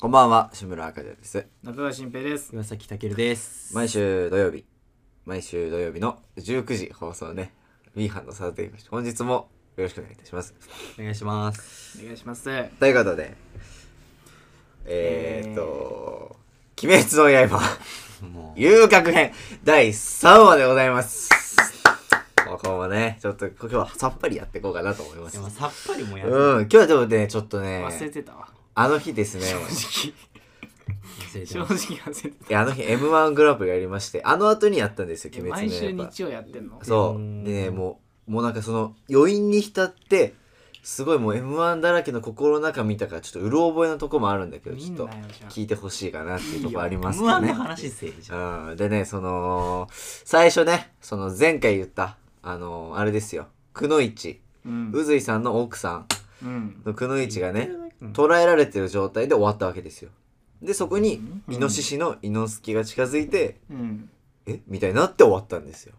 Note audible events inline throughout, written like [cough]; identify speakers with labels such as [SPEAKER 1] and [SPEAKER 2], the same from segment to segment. [SPEAKER 1] こんばんは、志村あかです。
[SPEAKER 2] 中川新平です。
[SPEAKER 3] 岩崎健です。
[SPEAKER 1] 毎週土曜日、毎週土曜日の19時放送ね、ミーハンのサタデーマッシュ本日もよろしくお願いいたします。
[SPEAKER 3] お願いします。
[SPEAKER 2] お願いします。は
[SPEAKER 1] ということで、えーっと、鬼滅の刃、
[SPEAKER 3] も
[SPEAKER 1] 遊郭編第3話でございます。ここもね、ちょっと今日はさっぱりやっていこうかなと思いま
[SPEAKER 3] う、
[SPEAKER 1] す
[SPEAKER 3] で。もさっぱりもや
[SPEAKER 1] うん、
[SPEAKER 3] る。
[SPEAKER 1] 今日はでもね、ちょっとね、
[SPEAKER 2] 忘れてたわ。
[SPEAKER 1] あの日ですね、
[SPEAKER 2] 正
[SPEAKER 3] 忘
[SPEAKER 2] 直、
[SPEAKER 3] れて
[SPEAKER 2] 正
[SPEAKER 3] ま
[SPEAKER 2] 直
[SPEAKER 3] す
[SPEAKER 2] 忘れて
[SPEAKER 1] いやあの日 M1 グランプリやりまして、あの後にやったんですよ、
[SPEAKER 2] た。
[SPEAKER 1] 鬼滅
[SPEAKER 2] 毎
[SPEAKER 1] の刃。
[SPEAKER 2] 週日曜やってんの
[SPEAKER 1] そうう。
[SPEAKER 3] ん
[SPEAKER 1] でね、もう、もうなんかその余韻に浸って、すごいもう M1 だらけの心の中見たから、ちょっとうろ覚えのとこもあるんだけど、
[SPEAKER 2] 見
[SPEAKER 1] ちょ
[SPEAKER 2] ん
[SPEAKER 1] っ
[SPEAKER 2] な
[SPEAKER 1] と
[SPEAKER 2] よ、じゃ
[SPEAKER 1] 聞いてほしいかなっていうとこありますけ
[SPEAKER 3] M1
[SPEAKER 1] どね。
[SPEAKER 3] の話せえじゃん。
[SPEAKER 1] うん、でね、その、最初ね、その前回言った、あのあれですよ、くのいち、
[SPEAKER 2] あ。うん。
[SPEAKER 1] 宇髄さんの奥さん
[SPEAKER 2] うん。
[SPEAKER 1] のくのいちがね、
[SPEAKER 3] うん
[SPEAKER 1] 捕らえられてる状態で終わったわけですよ。で、そこに、
[SPEAKER 2] うん
[SPEAKER 1] イノシシのイノスキが近づいて、
[SPEAKER 2] うん。
[SPEAKER 1] えみたいになって終わったんですよ。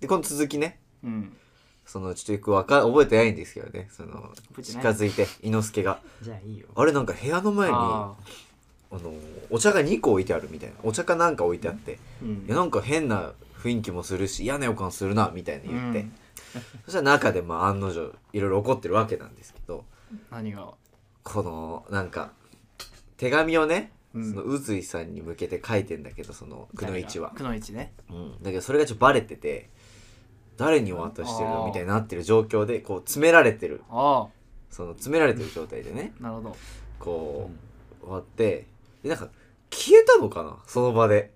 [SPEAKER 1] で、この続きね、
[SPEAKER 2] うん。
[SPEAKER 1] その、ちょっとよくわか、覚えてないんですけどね、その
[SPEAKER 2] え、て
[SPEAKER 1] 近
[SPEAKER 2] ない
[SPEAKER 1] づいて、伊之助が、
[SPEAKER 3] じゃあいいよ。
[SPEAKER 1] あれなんか部屋の前に、あ
[SPEAKER 2] あ
[SPEAKER 1] の、お茶が2個置いてあるみたいな、お茶かなんか置いてあって、
[SPEAKER 2] ーう
[SPEAKER 1] いや、
[SPEAKER 2] ん。
[SPEAKER 1] なんか変な雰囲気もするし、嫌な予感するな、みたいな言って、
[SPEAKER 2] うん
[SPEAKER 1] そしたら中で、まあ、案の定、いろいろ怒ってるわけなんですけど、
[SPEAKER 2] 何が
[SPEAKER 1] この、なんか、手紙をね、
[SPEAKER 2] うん
[SPEAKER 1] その、宇髄さんに向けて書いてんだけど、その、くのいちは。
[SPEAKER 2] くのいちね。
[SPEAKER 1] うん、だけどそれがちょっとバレてて誰に渡してる
[SPEAKER 2] あ
[SPEAKER 1] の
[SPEAKER 2] ー
[SPEAKER 1] みたいになってる状況でこう詰められてる
[SPEAKER 2] あ
[SPEAKER 1] その詰められてる状態でね
[SPEAKER 2] あ。なるほど。
[SPEAKER 1] こう終わってでなんか消えたのかなその場で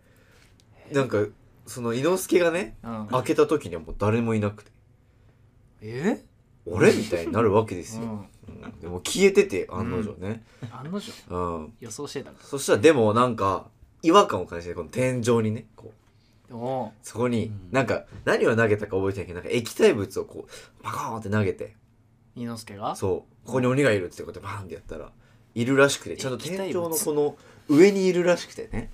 [SPEAKER 1] なんかその伊之助がね
[SPEAKER 2] うん。
[SPEAKER 1] 開けた時にはもう誰もいなくて
[SPEAKER 2] え
[SPEAKER 1] 俺みたいになるわけです
[SPEAKER 2] う
[SPEAKER 1] よ、
[SPEAKER 2] ん。
[SPEAKER 1] うん、でも消えてて案の定ね、
[SPEAKER 2] 案の定、
[SPEAKER 1] うん
[SPEAKER 2] 予想してたか
[SPEAKER 1] そしたらでもなんか違和感を感じてこの天井にねこう
[SPEAKER 2] ら。お
[SPEAKER 1] そこに
[SPEAKER 3] うん
[SPEAKER 1] なんか何を投げたか覚えてないけどなんか液体物をこうバカーンって投げて
[SPEAKER 2] ー、猪之助が
[SPEAKER 1] そうここに鬼がいるってことでバーンってやったらいるらしくてちゃんと
[SPEAKER 2] 液
[SPEAKER 1] 天
[SPEAKER 2] 体
[SPEAKER 1] 井
[SPEAKER 2] 物
[SPEAKER 1] のこの上にいるらしくてね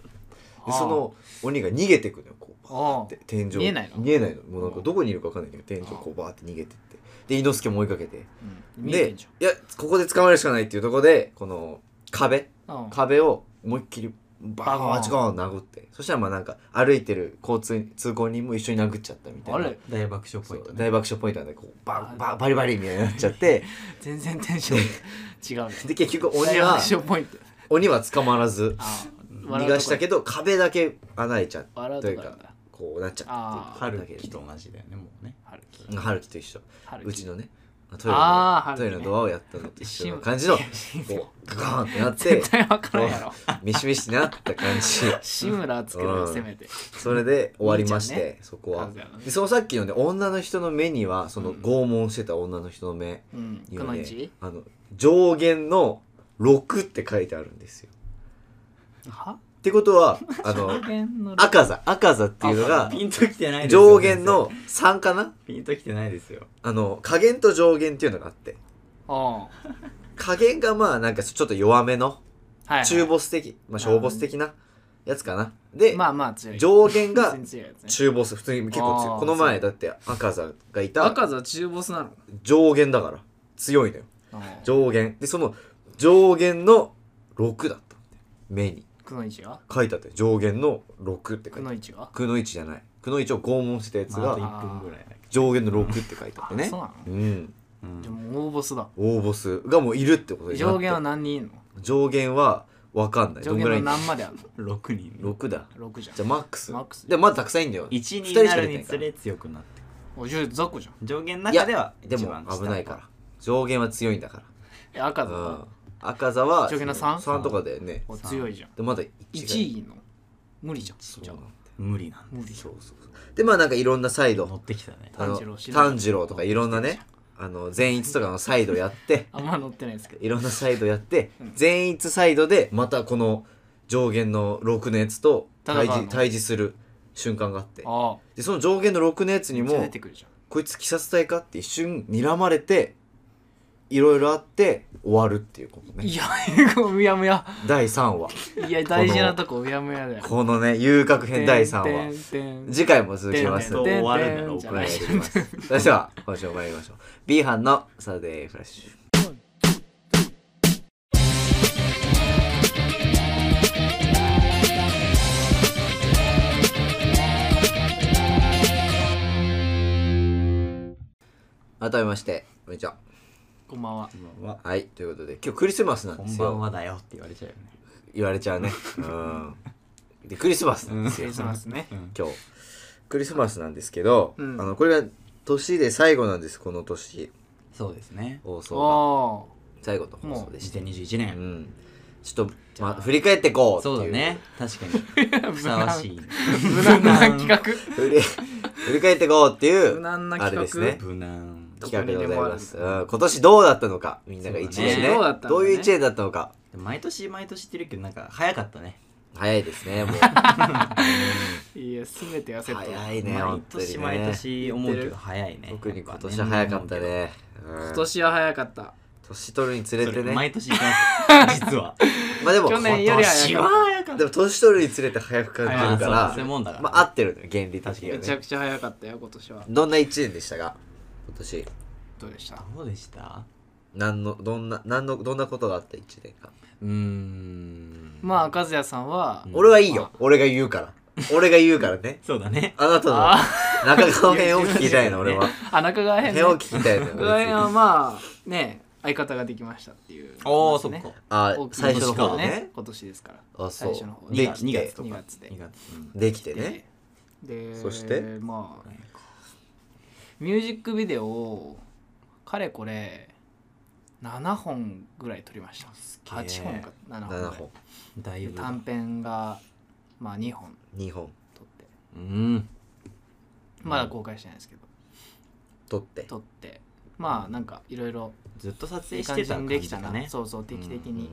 [SPEAKER 2] あ
[SPEAKER 1] で
[SPEAKER 2] ー
[SPEAKER 1] その鬼が逃げてくのよこうバーンって天井
[SPEAKER 2] 見えないの
[SPEAKER 1] 見えないのもうなんかどこにいるか分かんないけど天井こうバーって逃げてってで伊之助も追いかけて
[SPEAKER 2] うん。見えて
[SPEAKER 1] で
[SPEAKER 2] んじ
[SPEAKER 1] いやここで捕まえるしかないっていうところでこの壁
[SPEAKER 2] ゃん。うん。
[SPEAKER 1] 壁を思いっきりバーン
[SPEAKER 2] バ
[SPEAKER 1] あ
[SPEAKER 2] ー
[SPEAKER 1] ち
[SPEAKER 2] ン
[SPEAKER 1] こーン殴ってそしたらまあなんか歩いてる交通通行人も一緒に殴っちゃったみたい
[SPEAKER 2] あ
[SPEAKER 1] な
[SPEAKER 2] れ
[SPEAKER 3] 大爆笑ポイン
[SPEAKER 1] そ
[SPEAKER 3] ト
[SPEAKER 1] う
[SPEAKER 3] ね。
[SPEAKER 1] 大爆笑ポイントなんでこうバンバンバリバリみたいになっちゃ
[SPEAKER 2] [laughs]
[SPEAKER 1] って
[SPEAKER 2] 全然テンション違う
[SPEAKER 1] [laughs]
[SPEAKER 2] ね。
[SPEAKER 1] で結局鬼
[SPEAKER 2] 大
[SPEAKER 1] は
[SPEAKER 2] 爆笑ポイント。
[SPEAKER 1] 鬼は捕まらず
[SPEAKER 2] あー
[SPEAKER 1] 逃がしたけど壁だけ穴開いちゃ
[SPEAKER 2] 笑
[SPEAKER 1] う
[SPEAKER 2] う
[SPEAKER 1] と
[SPEAKER 2] と
[SPEAKER 1] いう
[SPEAKER 2] こなんだ
[SPEAKER 1] かこうなっちゃ
[SPEAKER 2] あ
[SPEAKER 1] う
[SPEAKER 2] ー
[SPEAKER 1] ってい
[SPEAKER 3] 春
[SPEAKER 1] うだけ
[SPEAKER 3] 樹と同じだよね、もうね。
[SPEAKER 2] 春樹
[SPEAKER 1] うん春樹と一緒
[SPEAKER 2] 春樹
[SPEAKER 1] うちのねトイレの
[SPEAKER 2] あー
[SPEAKER 1] トイレ
[SPEAKER 2] 春樹ね
[SPEAKER 1] のドアをやったのと一緒の感
[SPEAKER 2] [laughs]
[SPEAKER 1] じのこ
[SPEAKER 2] 新
[SPEAKER 1] うガーンってな
[SPEAKER 2] [laughs]
[SPEAKER 1] って
[SPEAKER 2] 絶対分から
[SPEAKER 1] [laughs]
[SPEAKER 2] んやろ
[SPEAKER 1] ミシミシってなった感
[SPEAKER 2] [laughs]
[SPEAKER 1] じ
[SPEAKER 2] 志村敦けをせめて
[SPEAKER 1] それで終わりまして、
[SPEAKER 2] 兄ち
[SPEAKER 1] そこは
[SPEAKER 2] 数やな
[SPEAKER 1] でそのさっきのね女の人の目にはその
[SPEAKER 2] うん
[SPEAKER 1] 拷問してた女の人の目
[SPEAKER 2] うん
[SPEAKER 1] に
[SPEAKER 2] こ
[SPEAKER 1] は
[SPEAKER 2] の
[SPEAKER 1] ね、
[SPEAKER 2] 位置
[SPEAKER 1] あの上限の6って書いてあるんですよ
[SPEAKER 2] は
[SPEAKER 1] ってことはあの
[SPEAKER 2] [laughs] 上限の
[SPEAKER 1] 赤座赤座っていうのが
[SPEAKER 3] ピンときてないですよ
[SPEAKER 1] 上限の。3かな
[SPEAKER 3] ピンときてないですよ。
[SPEAKER 1] あの下限と上限っていうのがあって
[SPEAKER 2] あ
[SPEAKER 1] 下限がまあなんかちょっと弱めの
[SPEAKER 2] あはい
[SPEAKER 1] 中ボス的、まあ、小ボス的なやつかなで、
[SPEAKER 2] まあまあ強い
[SPEAKER 1] 上限
[SPEAKER 2] [laughs]
[SPEAKER 1] が
[SPEAKER 2] 全然強いやつね
[SPEAKER 1] 中ボス普通に結構強い
[SPEAKER 2] あー
[SPEAKER 1] この前だって赤座がいた
[SPEAKER 2] 赤座中ボスなの
[SPEAKER 1] 上限だから強いのよ
[SPEAKER 2] ああ
[SPEAKER 1] 上限でその上限の6だったんだよ目に
[SPEAKER 2] くのいちが
[SPEAKER 1] 書いてあって上限の6って書いて
[SPEAKER 2] く
[SPEAKER 1] あ
[SPEAKER 2] の
[SPEAKER 1] る
[SPEAKER 2] いちが
[SPEAKER 1] くのいちじゃないくのいちを拷問してたやつ
[SPEAKER 3] まあ、あと
[SPEAKER 1] が
[SPEAKER 2] あ
[SPEAKER 3] 1分ぐらいだけ
[SPEAKER 1] 上限の6って書いてあってね
[SPEAKER 2] あそうなの
[SPEAKER 1] うん
[SPEAKER 3] ど。うん
[SPEAKER 2] でも大ボスだ
[SPEAKER 1] 大ボスがもういるってことになって
[SPEAKER 2] 上限は何人いんの
[SPEAKER 1] 上限は分かんないど
[SPEAKER 2] 上
[SPEAKER 1] ん
[SPEAKER 2] 限
[SPEAKER 1] ぐら
[SPEAKER 2] の
[SPEAKER 1] い
[SPEAKER 2] 何まである
[SPEAKER 3] 6人。
[SPEAKER 1] 6だ
[SPEAKER 2] の6じゃん
[SPEAKER 1] じゃあマックス
[SPEAKER 2] マックス
[SPEAKER 1] でもまだたくさんいんだよ
[SPEAKER 3] 1
[SPEAKER 1] 二
[SPEAKER 3] に
[SPEAKER 1] 人し
[SPEAKER 3] な
[SPEAKER 1] か出
[SPEAKER 3] る
[SPEAKER 1] てい
[SPEAKER 3] に
[SPEAKER 1] から
[SPEAKER 3] つれ強くなってく
[SPEAKER 2] おじゅ雑魚じゃん
[SPEAKER 3] る。上限の
[SPEAKER 1] いや
[SPEAKER 3] 中では
[SPEAKER 1] で
[SPEAKER 3] 一
[SPEAKER 1] も
[SPEAKER 3] 番
[SPEAKER 1] 危ないから上限は強いんだか
[SPEAKER 2] え赤
[SPEAKER 1] ら
[SPEAKER 2] 座
[SPEAKER 1] うん
[SPEAKER 2] は
[SPEAKER 1] 赤座は
[SPEAKER 2] 上限の三
[SPEAKER 1] 3とかだよね
[SPEAKER 2] お強いじゃん
[SPEAKER 1] でまだ
[SPEAKER 2] 1
[SPEAKER 1] 1
[SPEAKER 2] 位いんの無理じゃん
[SPEAKER 1] そう
[SPEAKER 2] じゃあ
[SPEAKER 1] なんだよ
[SPEAKER 3] 無理なんだ。
[SPEAKER 2] 無理
[SPEAKER 1] そうそうそうでまあなんかいろんなサイ
[SPEAKER 3] 乗
[SPEAKER 1] ド
[SPEAKER 3] ってきたね。
[SPEAKER 1] あの
[SPEAKER 2] 炭治郎シリーズ
[SPEAKER 1] 炭治郎とかいろんなねあの善逸とかのサイドやって [laughs]
[SPEAKER 2] あんま乗ってないですけど
[SPEAKER 1] いろんなサイドやって善逸サイドでまたこの上限の6のやつと対
[SPEAKER 2] 戦う
[SPEAKER 1] 峙
[SPEAKER 2] の
[SPEAKER 1] 対峙する瞬間があって
[SPEAKER 2] ああ
[SPEAKER 1] でその上限の6のやつに
[SPEAKER 2] めっちゃ
[SPEAKER 1] も
[SPEAKER 2] 出てくるじゃん
[SPEAKER 1] こいつ鬼殺隊かって一瞬睨まれていろいろあって終わるっていうことね
[SPEAKER 2] いや、うやむや。
[SPEAKER 1] 第3話
[SPEAKER 2] いや、大事なとこうやむやだよ。
[SPEAKER 1] このね遊郭編第3
[SPEAKER 2] てん
[SPEAKER 1] 話
[SPEAKER 2] てんてん
[SPEAKER 1] 次回も続きます
[SPEAKER 3] どう終わるんだろう
[SPEAKER 2] て
[SPEAKER 1] お
[SPEAKER 2] んてん
[SPEAKER 1] 願い
[SPEAKER 2] て
[SPEAKER 1] し
[SPEAKER 2] んじ
[SPEAKER 1] [laughs]
[SPEAKER 2] ゃない
[SPEAKER 1] ます。それでは、今週も参りましょう。B 班のサタデーフラッシュ。改めましてこんにちは
[SPEAKER 2] こんばんは
[SPEAKER 3] こんばんは
[SPEAKER 1] はいということで今日クリスマスなん
[SPEAKER 3] こ
[SPEAKER 1] で
[SPEAKER 3] ん
[SPEAKER 1] す
[SPEAKER 3] ば
[SPEAKER 1] よ
[SPEAKER 3] んはだよって言われちゃうよね
[SPEAKER 1] 言われちゃうねうんでクリスマスなんです
[SPEAKER 2] ク
[SPEAKER 1] よ
[SPEAKER 2] リスマスね
[SPEAKER 3] うん
[SPEAKER 1] 今日クリスマスなんですけど、
[SPEAKER 2] うん
[SPEAKER 1] あのこれが年で最後なんですこの年
[SPEAKER 3] そうですね
[SPEAKER 1] 放送が
[SPEAKER 2] お
[SPEAKER 1] 最後の放送でした、
[SPEAKER 3] 2021
[SPEAKER 1] う
[SPEAKER 3] 年
[SPEAKER 1] ん、ちょっと、まあ、振り返ってこうってい
[SPEAKER 3] そうだね確かに
[SPEAKER 2] ー
[SPEAKER 3] ふさわしい
[SPEAKER 2] [laughs] 無難な企
[SPEAKER 3] [laughs]
[SPEAKER 2] 画
[SPEAKER 1] 振り [laughs] 振り返ってこうっていう
[SPEAKER 2] 無難な
[SPEAKER 1] あ
[SPEAKER 2] 企
[SPEAKER 1] れ
[SPEAKER 2] 画
[SPEAKER 1] ですね
[SPEAKER 3] 無難
[SPEAKER 1] 企画でございます、
[SPEAKER 2] ど
[SPEAKER 1] うん、今年どうだったのかみんなが1
[SPEAKER 3] そうだ
[SPEAKER 1] 年
[SPEAKER 3] ね
[SPEAKER 1] ね
[SPEAKER 2] どうだったの
[SPEAKER 1] ど
[SPEAKER 2] かね
[SPEAKER 1] ういう1年だったのか
[SPEAKER 3] 毎年毎年言ってるけどなんか早かったね
[SPEAKER 1] 早いですねもう
[SPEAKER 2] いや全てがセットだ
[SPEAKER 1] 早いね
[SPEAKER 3] 毎
[SPEAKER 1] 本当にね
[SPEAKER 3] 年毎年思うけど早いね
[SPEAKER 1] 特に今年は早かったね、うん
[SPEAKER 2] 今年は早かった
[SPEAKER 1] 年取るにつれ
[SPEAKER 3] そ
[SPEAKER 1] て
[SPEAKER 3] れ
[SPEAKER 1] ね
[SPEAKER 3] 毎年行きます実
[SPEAKER 1] [laughs]
[SPEAKER 3] は
[SPEAKER 1] まあでも
[SPEAKER 2] 去年
[SPEAKER 3] 今
[SPEAKER 2] よりは
[SPEAKER 3] 年
[SPEAKER 2] 早
[SPEAKER 3] は
[SPEAKER 2] かっ
[SPEAKER 3] 早かっ
[SPEAKER 1] で
[SPEAKER 3] た
[SPEAKER 1] も年取るにつれて早く感じ
[SPEAKER 2] あ
[SPEAKER 1] る
[SPEAKER 3] ま
[SPEAKER 1] か
[SPEAKER 3] あそう
[SPEAKER 1] ら
[SPEAKER 3] そういうもんだから
[SPEAKER 1] まあ合ってるのよ原理的に
[SPEAKER 2] た
[SPEAKER 1] は
[SPEAKER 2] めちゃ
[SPEAKER 1] ね
[SPEAKER 2] くちゃ早かったよ今年は
[SPEAKER 1] どんな1年でしたか今年
[SPEAKER 2] どうでした
[SPEAKER 3] どうでした
[SPEAKER 1] 何のどんな何のどんなことがあった1年か、
[SPEAKER 3] うーん
[SPEAKER 2] まあ和也さんは
[SPEAKER 3] うん
[SPEAKER 1] 俺はいいよ俺が言うから俺が言うから
[SPEAKER 3] [laughs]
[SPEAKER 1] ね
[SPEAKER 3] そう
[SPEAKER 1] [laughs]
[SPEAKER 3] だね
[SPEAKER 1] あなたの
[SPEAKER 2] あ
[SPEAKER 1] 中川編を聞きたいの俺は
[SPEAKER 2] ーあ中川編ね
[SPEAKER 1] 編を聞きたいのよ
[SPEAKER 2] 中川編はまあね相方ができましたっていう
[SPEAKER 3] おお
[SPEAKER 2] そ
[SPEAKER 3] そ
[SPEAKER 2] っ
[SPEAKER 3] っ
[SPEAKER 2] か
[SPEAKER 3] か
[SPEAKER 1] あ
[SPEAKER 2] 大きい
[SPEAKER 1] 最初の
[SPEAKER 3] 方
[SPEAKER 1] 頃ね
[SPEAKER 2] 今年ですから
[SPEAKER 1] あそ
[SPEAKER 2] 最初の方
[SPEAKER 1] う
[SPEAKER 2] ね
[SPEAKER 1] でき
[SPEAKER 3] 2月
[SPEAKER 1] て
[SPEAKER 3] とか
[SPEAKER 2] 2月で
[SPEAKER 3] 2月うん
[SPEAKER 1] できてね
[SPEAKER 2] で
[SPEAKER 1] そして
[SPEAKER 2] まあミュージックビデオをかれこれ7本ぐらい撮りました
[SPEAKER 3] げえ
[SPEAKER 2] 8本か7本ぐら
[SPEAKER 1] 7
[SPEAKER 2] い
[SPEAKER 1] 本
[SPEAKER 3] だい
[SPEAKER 2] で
[SPEAKER 3] ぶ
[SPEAKER 2] 短編がまあ2本
[SPEAKER 1] 2本
[SPEAKER 2] 撮って
[SPEAKER 3] うん
[SPEAKER 2] まだ公開してないですけど
[SPEAKER 1] 撮って
[SPEAKER 2] 撮ってまあなんかいろいろ
[SPEAKER 3] ずっと撮
[SPEAKER 2] い
[SPEAKER 3] 影
[SPEAKER 2] い
[SPEAKER 3] し
[SPEAKER 2] 感
[SPEAKER 3] て
[SPEAKER 2] じ
[SPEAKER 3] た
[SPEAKER 2] に
[SPEAKER 3] 感
[SPEAKER 2] で
[SPEAKER 3] じ
[SPEAKER 2] きた
[SPEAKER 3] だ
[SPEAKER 2] な
[SPEAKER 3] ね
[SPEAKER 2] そうそう定期的
[SPEAKER 1] う
[SPEAKER 2] に
[SPEAKER 1] ん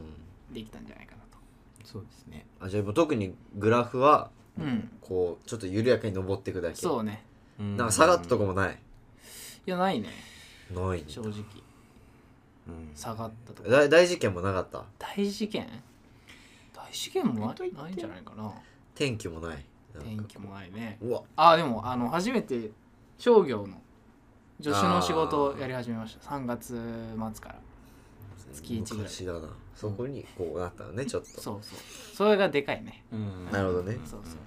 [SPEAKER 2] できたんじゃないかなと
[SPEAKER 3] そうですね
[SPEAKER 1] あじゃあもう特にグラフは
[SPEAKER 2] うん
[SPEAKER 1] こうちょっと緩やかに登っていくだけ
[SPEAKER 2] そうね
[SPEAKER 1] なんか下がったとこもない
[SPEAKER 2] いやないね
[SPEAKER 1] ないね
[SPEAKER 2] 正直
[SPEAKER 3] うん
[SPEAKER 2] 下がったとこ
[SPEAKER 1] 大大事件もなかった
[SPEAKER 2] 大事件大事件もないないんじゃないかな
[SPEAKER 1] 天気もないなんか
[SPEAKER 2] 天気もないね
[SPEAKER 1] うわ
[SPEAKER 2] あでもあの初めて商業の助手の仕事をやり始めました3月末から月一ぐらい
[SPEAKER 1] 昔だなそこにこうなったのねちょっと
[SPEAKER 2] そうそうそれがでかいね
[SPEAKER 3] うん
[SPEAKER 1] なるほどね
[SPEAKER 3] うん
[SPEAKER 2] そうそう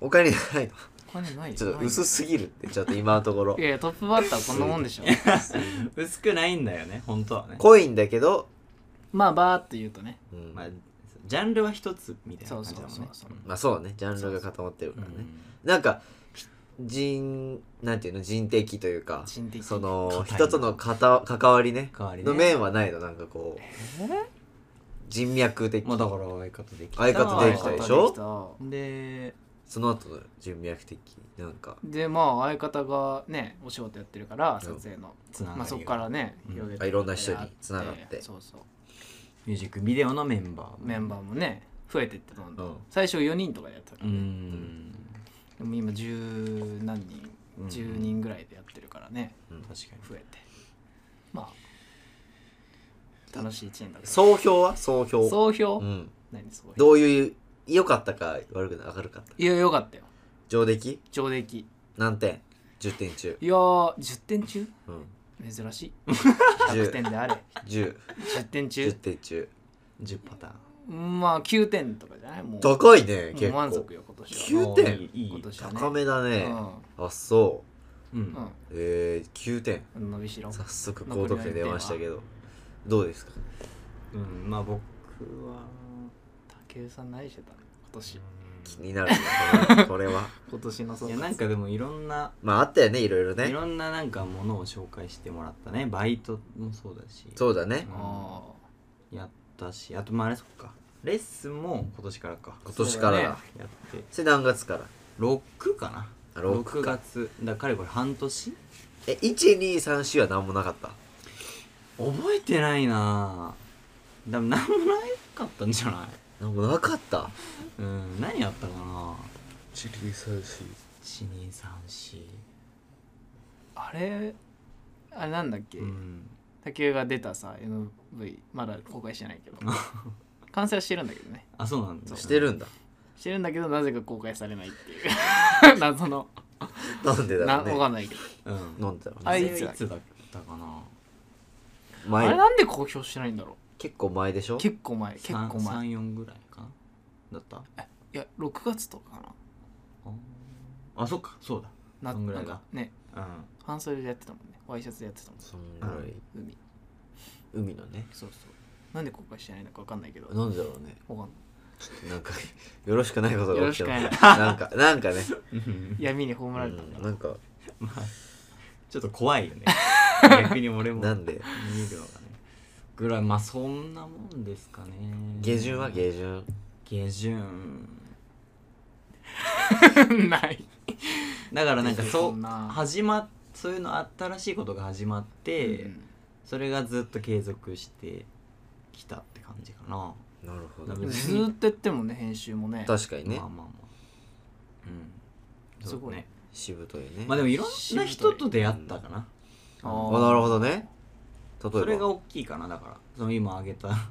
[SPEAKER 1] お金ないの
[SPEAKER 2] お金ないよ
[SPEAKER 1] ちょっ
[SPEAKER 2] な
[SPEAKER 1] と
[SPEAKER 2] いよ
[SPEAKER 1] 薄すぎるってちょっと今のところ
[SPEAKER 2] いやいやトップバッターこんなもん
[SPEAKER 1] [laughs]
[SPEAKER 2] でしょ
[SPEAKER 3] 薄くないんだよね本当はね
[SPEAKER 1] 濃いんだけど
[SPEAKER 2] まあバーっと言うとね
[SPEAKER 1] うん
[SPEAKER 3] まあジャンルは一つみたいな感じだもんね
[SPEAKER 2] そうそうそうそうん
[SPEAKER 1] まあそうねジャンルが固まってるからね
[SPEAKER 3] うん
[SPEAKER 1] なんか人なんていうの人的というか
[SPEAKER 2] 人的
[SPEAKER 1] その
[SPEAKER 3] 硬いな
[SPEAKER 1] 人とのかた関わりね
[SPEAKER 3] 代わりね
[SPEAKER 1] の面はないのなんかこう人脈的
[SPEAKER 3] まあだから相方できた
[SPEAKER 1] 相方できたでしょ
[SPEAKER 2] ょ
[SPEAKER 3] で
[SPEAKER 1] その後の人脈的なんか
[SPEAKER 2] でまあ相方がねお仕事やってるから撮影の、
[SPEAKER 3] つながり
[SPEAKER 2] ま
[SPEAKER 3] が
[SPEAKER 2] あ、そこからね
[SPEAKER 3] うん
[SPEAKER 2] 広げ
[SPEAKER 1] あ
[SPEAKER 2] て
[SPEAKER 1] いろんな人に繋がって
[SPEAKER 2] そうそう
[SPEAKER 3] ミュージックビデオのメンバーも
[SPEAKER 2] メンバーもね増えてってどんどん、
[SPEAKER 1] うん
[SPEAKER 2] 最初4人とかでやってたか
[SPEAKER 3] う
[SPEAKER 2] ら、ね
[SPEAKER 3] ん
[SPEAKER 2] でも今十何人
[SPEAKER 3] うん
[SPEAKER 2] 10人ぐらいでやってるからね
[SPEAKER 3] 確かに
[SPEAKER 2] 増えてまあ楽しいチームだった
[SPEAKER 1] 総評は総評
[SPEAKER 2] 総評、
[SPEAKER 1] うん
[SPEAKER 2] 何総評
[SPEAKER 1] どういう良かったか悪くな明るかった
[SPEAKER 2] いやよかったよ
[SPEAKER 1] 上出来
[SPEAKER 2] 上出来
[SPEAKER 1] 何点10点中
[SPEAKER 2] いやー10点中
[SPEAKER 1] うん
[SPEAKER 2] 珍しい100
[SPEAKER 1] 1010
[SPEAKER 2] 点であれ
[SPEAKER 1] 10
[SPEAKER 2] 10点
[SPEAKER 1] 10
[SPEAKER 2] 中
[SPEAKER 1] 点中
[SPEAKER 3] 10パターン
[SPEAKER 2] まあ9点とかじゃないもう
[SPEAKER 1] 高いね
[SPEAKER 2] もう
[SPEAKER 1] 結
[SPEAKER 2] 満
[SPEAKER 1] 構
[SPEAKER 2] 足よ今年は
[SPEAKER 1] 9点
[SPEAKER 3] いいいい
[SPEAKER 2] 今年はね
[SPEAKER 1] 高めだね
[SPEAKER 2] う
[SPEAKER 1] あそう
[SPEAKER 3] うん
[SPEAKER 2] ん、
[SPEAKER 1] えー、9点
[SPEAKER 2] うん、伸びしろ
[SPEAKER 1] 早速高得点出ましたけどどうですか
[SPEAKER 3] うんまあ僕は
[SPEAKER 2] 竹内さん何してたの今年
[SPEAKER 1] 気になる
[SPEAKER 2] [laughs]
[SPEAKER 1] ねこれは
[SPEAKER 2] 今年の総
[SPEAKER 3] いやなんかでもいろんな
[SPEAKER 1] まああったよねいろいろ
[SPEAKER 3] い
[SPEAKER 1] ね
[SPEAKER 3] ろんななんかものを紹介してもらったねバイトもそうだし
[SPEAKER 1] そうだね
[SPEAKER 2] あ
[SPEAKER 3] やったしあとまああれそっかレッスンも今年からか
[SPEAKER 1] 今年からだ
[SPEAKER 3] やって
[SPEAKER 1] それ何月から
[SPEAKER 3] 6かな
[SPEAKER 1] あ六か
[SPEAKER 3] 月だからかれこれ半年
[SPEAKER 1] え123週は何もなかった
[SPEAKER 3] 覚えてないなぁでも何もなかったんじゃない
[SPEAKER 1] 何もなかった
[SPEAKER 3] うん何やったかな
[SPEAKER 1] 123
[SPEAKER 3] 1234
[SPEAKER 2] ああれあれなんだっけ、
[SPEAKER 3] うん
[SPEAKER 2] 竹内が出たさ MV まだ公開してないけど完成はしてるんだけどね
[SPEAKER 3] あそうなんだ
[SPEAKER 1] してるんだ
[SPEAKER 2] してるんだけどなぜか公開されないっていう謎の
[SPEAKER 1] なんでだ
[SPEAKER 2] な
[SPEAKER 1] ろうね
[SPEAKER 2] わかんないけど
[SPEAKER 3] うん
[SPEAKER 1] なんでだろう
[SPEAKER 2] あ
[SPEAKER 1] ね
[SPEAKER 2] い
[SPEAKER 3] いついつだったかな
[SPEAKER 2] あれ
[SPEAKER 1] 前
[SPEAKER 2] なんで公表してないんだろ
[SPEAKER 1] 結構前でしょ
[SPEAKER 2] う結構前結構前
[SPEAKER 3] 34ぐらいかなだった
[SPEAKER 2] いや6月とかか
[SPEAKER 3] あーあそっかそうだ
[SPEAKER 2] なな
[SPEAKER 3] そんぐら
[SPEAKER 2] ないん
[SPEAKER 3] だ
[SPEAKER 2] かね
[SPEAKER 3] うん
[SPEAKER 2] 半袖でやってたもんねワイシャツでやってたもん
[SPEAKER 1] そんぐらい
[SPEAKER 2] 海
[SPEAKER 1] 海のね
[SPEAKER 2] そうそうなんで公開してないのか分かんないけど
[SPEAKER 1] なんでだろうね
[SPEAKER 2] わかんない
[SPEAKER 1] ちょっとなんかよろしくないことが起きてます
[SPEAKER 2] よろし
[SPEAKER 3] [laughs]
[SPEAKER 1] なんかなんかね、
[SPEAKER 3] うん [laughs]
[SPEAKER 2] 闇に葬
[SPEAKER 1] う
[SPEAKER 2] られたんだ
[SPEAKER 1] ん、なんか
[SPEAKER 3] まあちょっと怖いよね逆に俺も
[SPEAKER 1] なんで
[SPEAKER 3] 見るのがねぐらいまあそんなもんですかね
[SPEAKER 1] 下旬は下旬
[SPEAKER 3] 下旬
[SPEAKER 2] [laughs] ない
[SPEAKER 3] だからなんかそ
[SPEAKER 2] そううな
[SPEAKER 3] 始まっそういうの新しいことが始まって、
[SPEAKER 2] うん
[SPEAKER 3] それがずっと継続してきたって感じかな
[SPEAKER 1] なるほど
[SPEAKER 3] うん
[SPEAKER 2] ずーっとやってんもんね編集もね
[SPEAKER 1] 確かにね
[SPEAKER 3] まあまあまあうん
[SPEAKER 2] すごい
[SPEAKER 3] そうね
[SPEAKER 1] しぶといね
[SPEAKER 3] まあでもいろんな人と出会ったかな
[SPEAKER 2] あ
[SPEAKER 1] あなるほ
[SPEAKER 2] ど
[SPEAKER 1] どね例えば
[SPEAKER 3] それが大きいかなだからその今挙げた
[SPEAKER 2] そ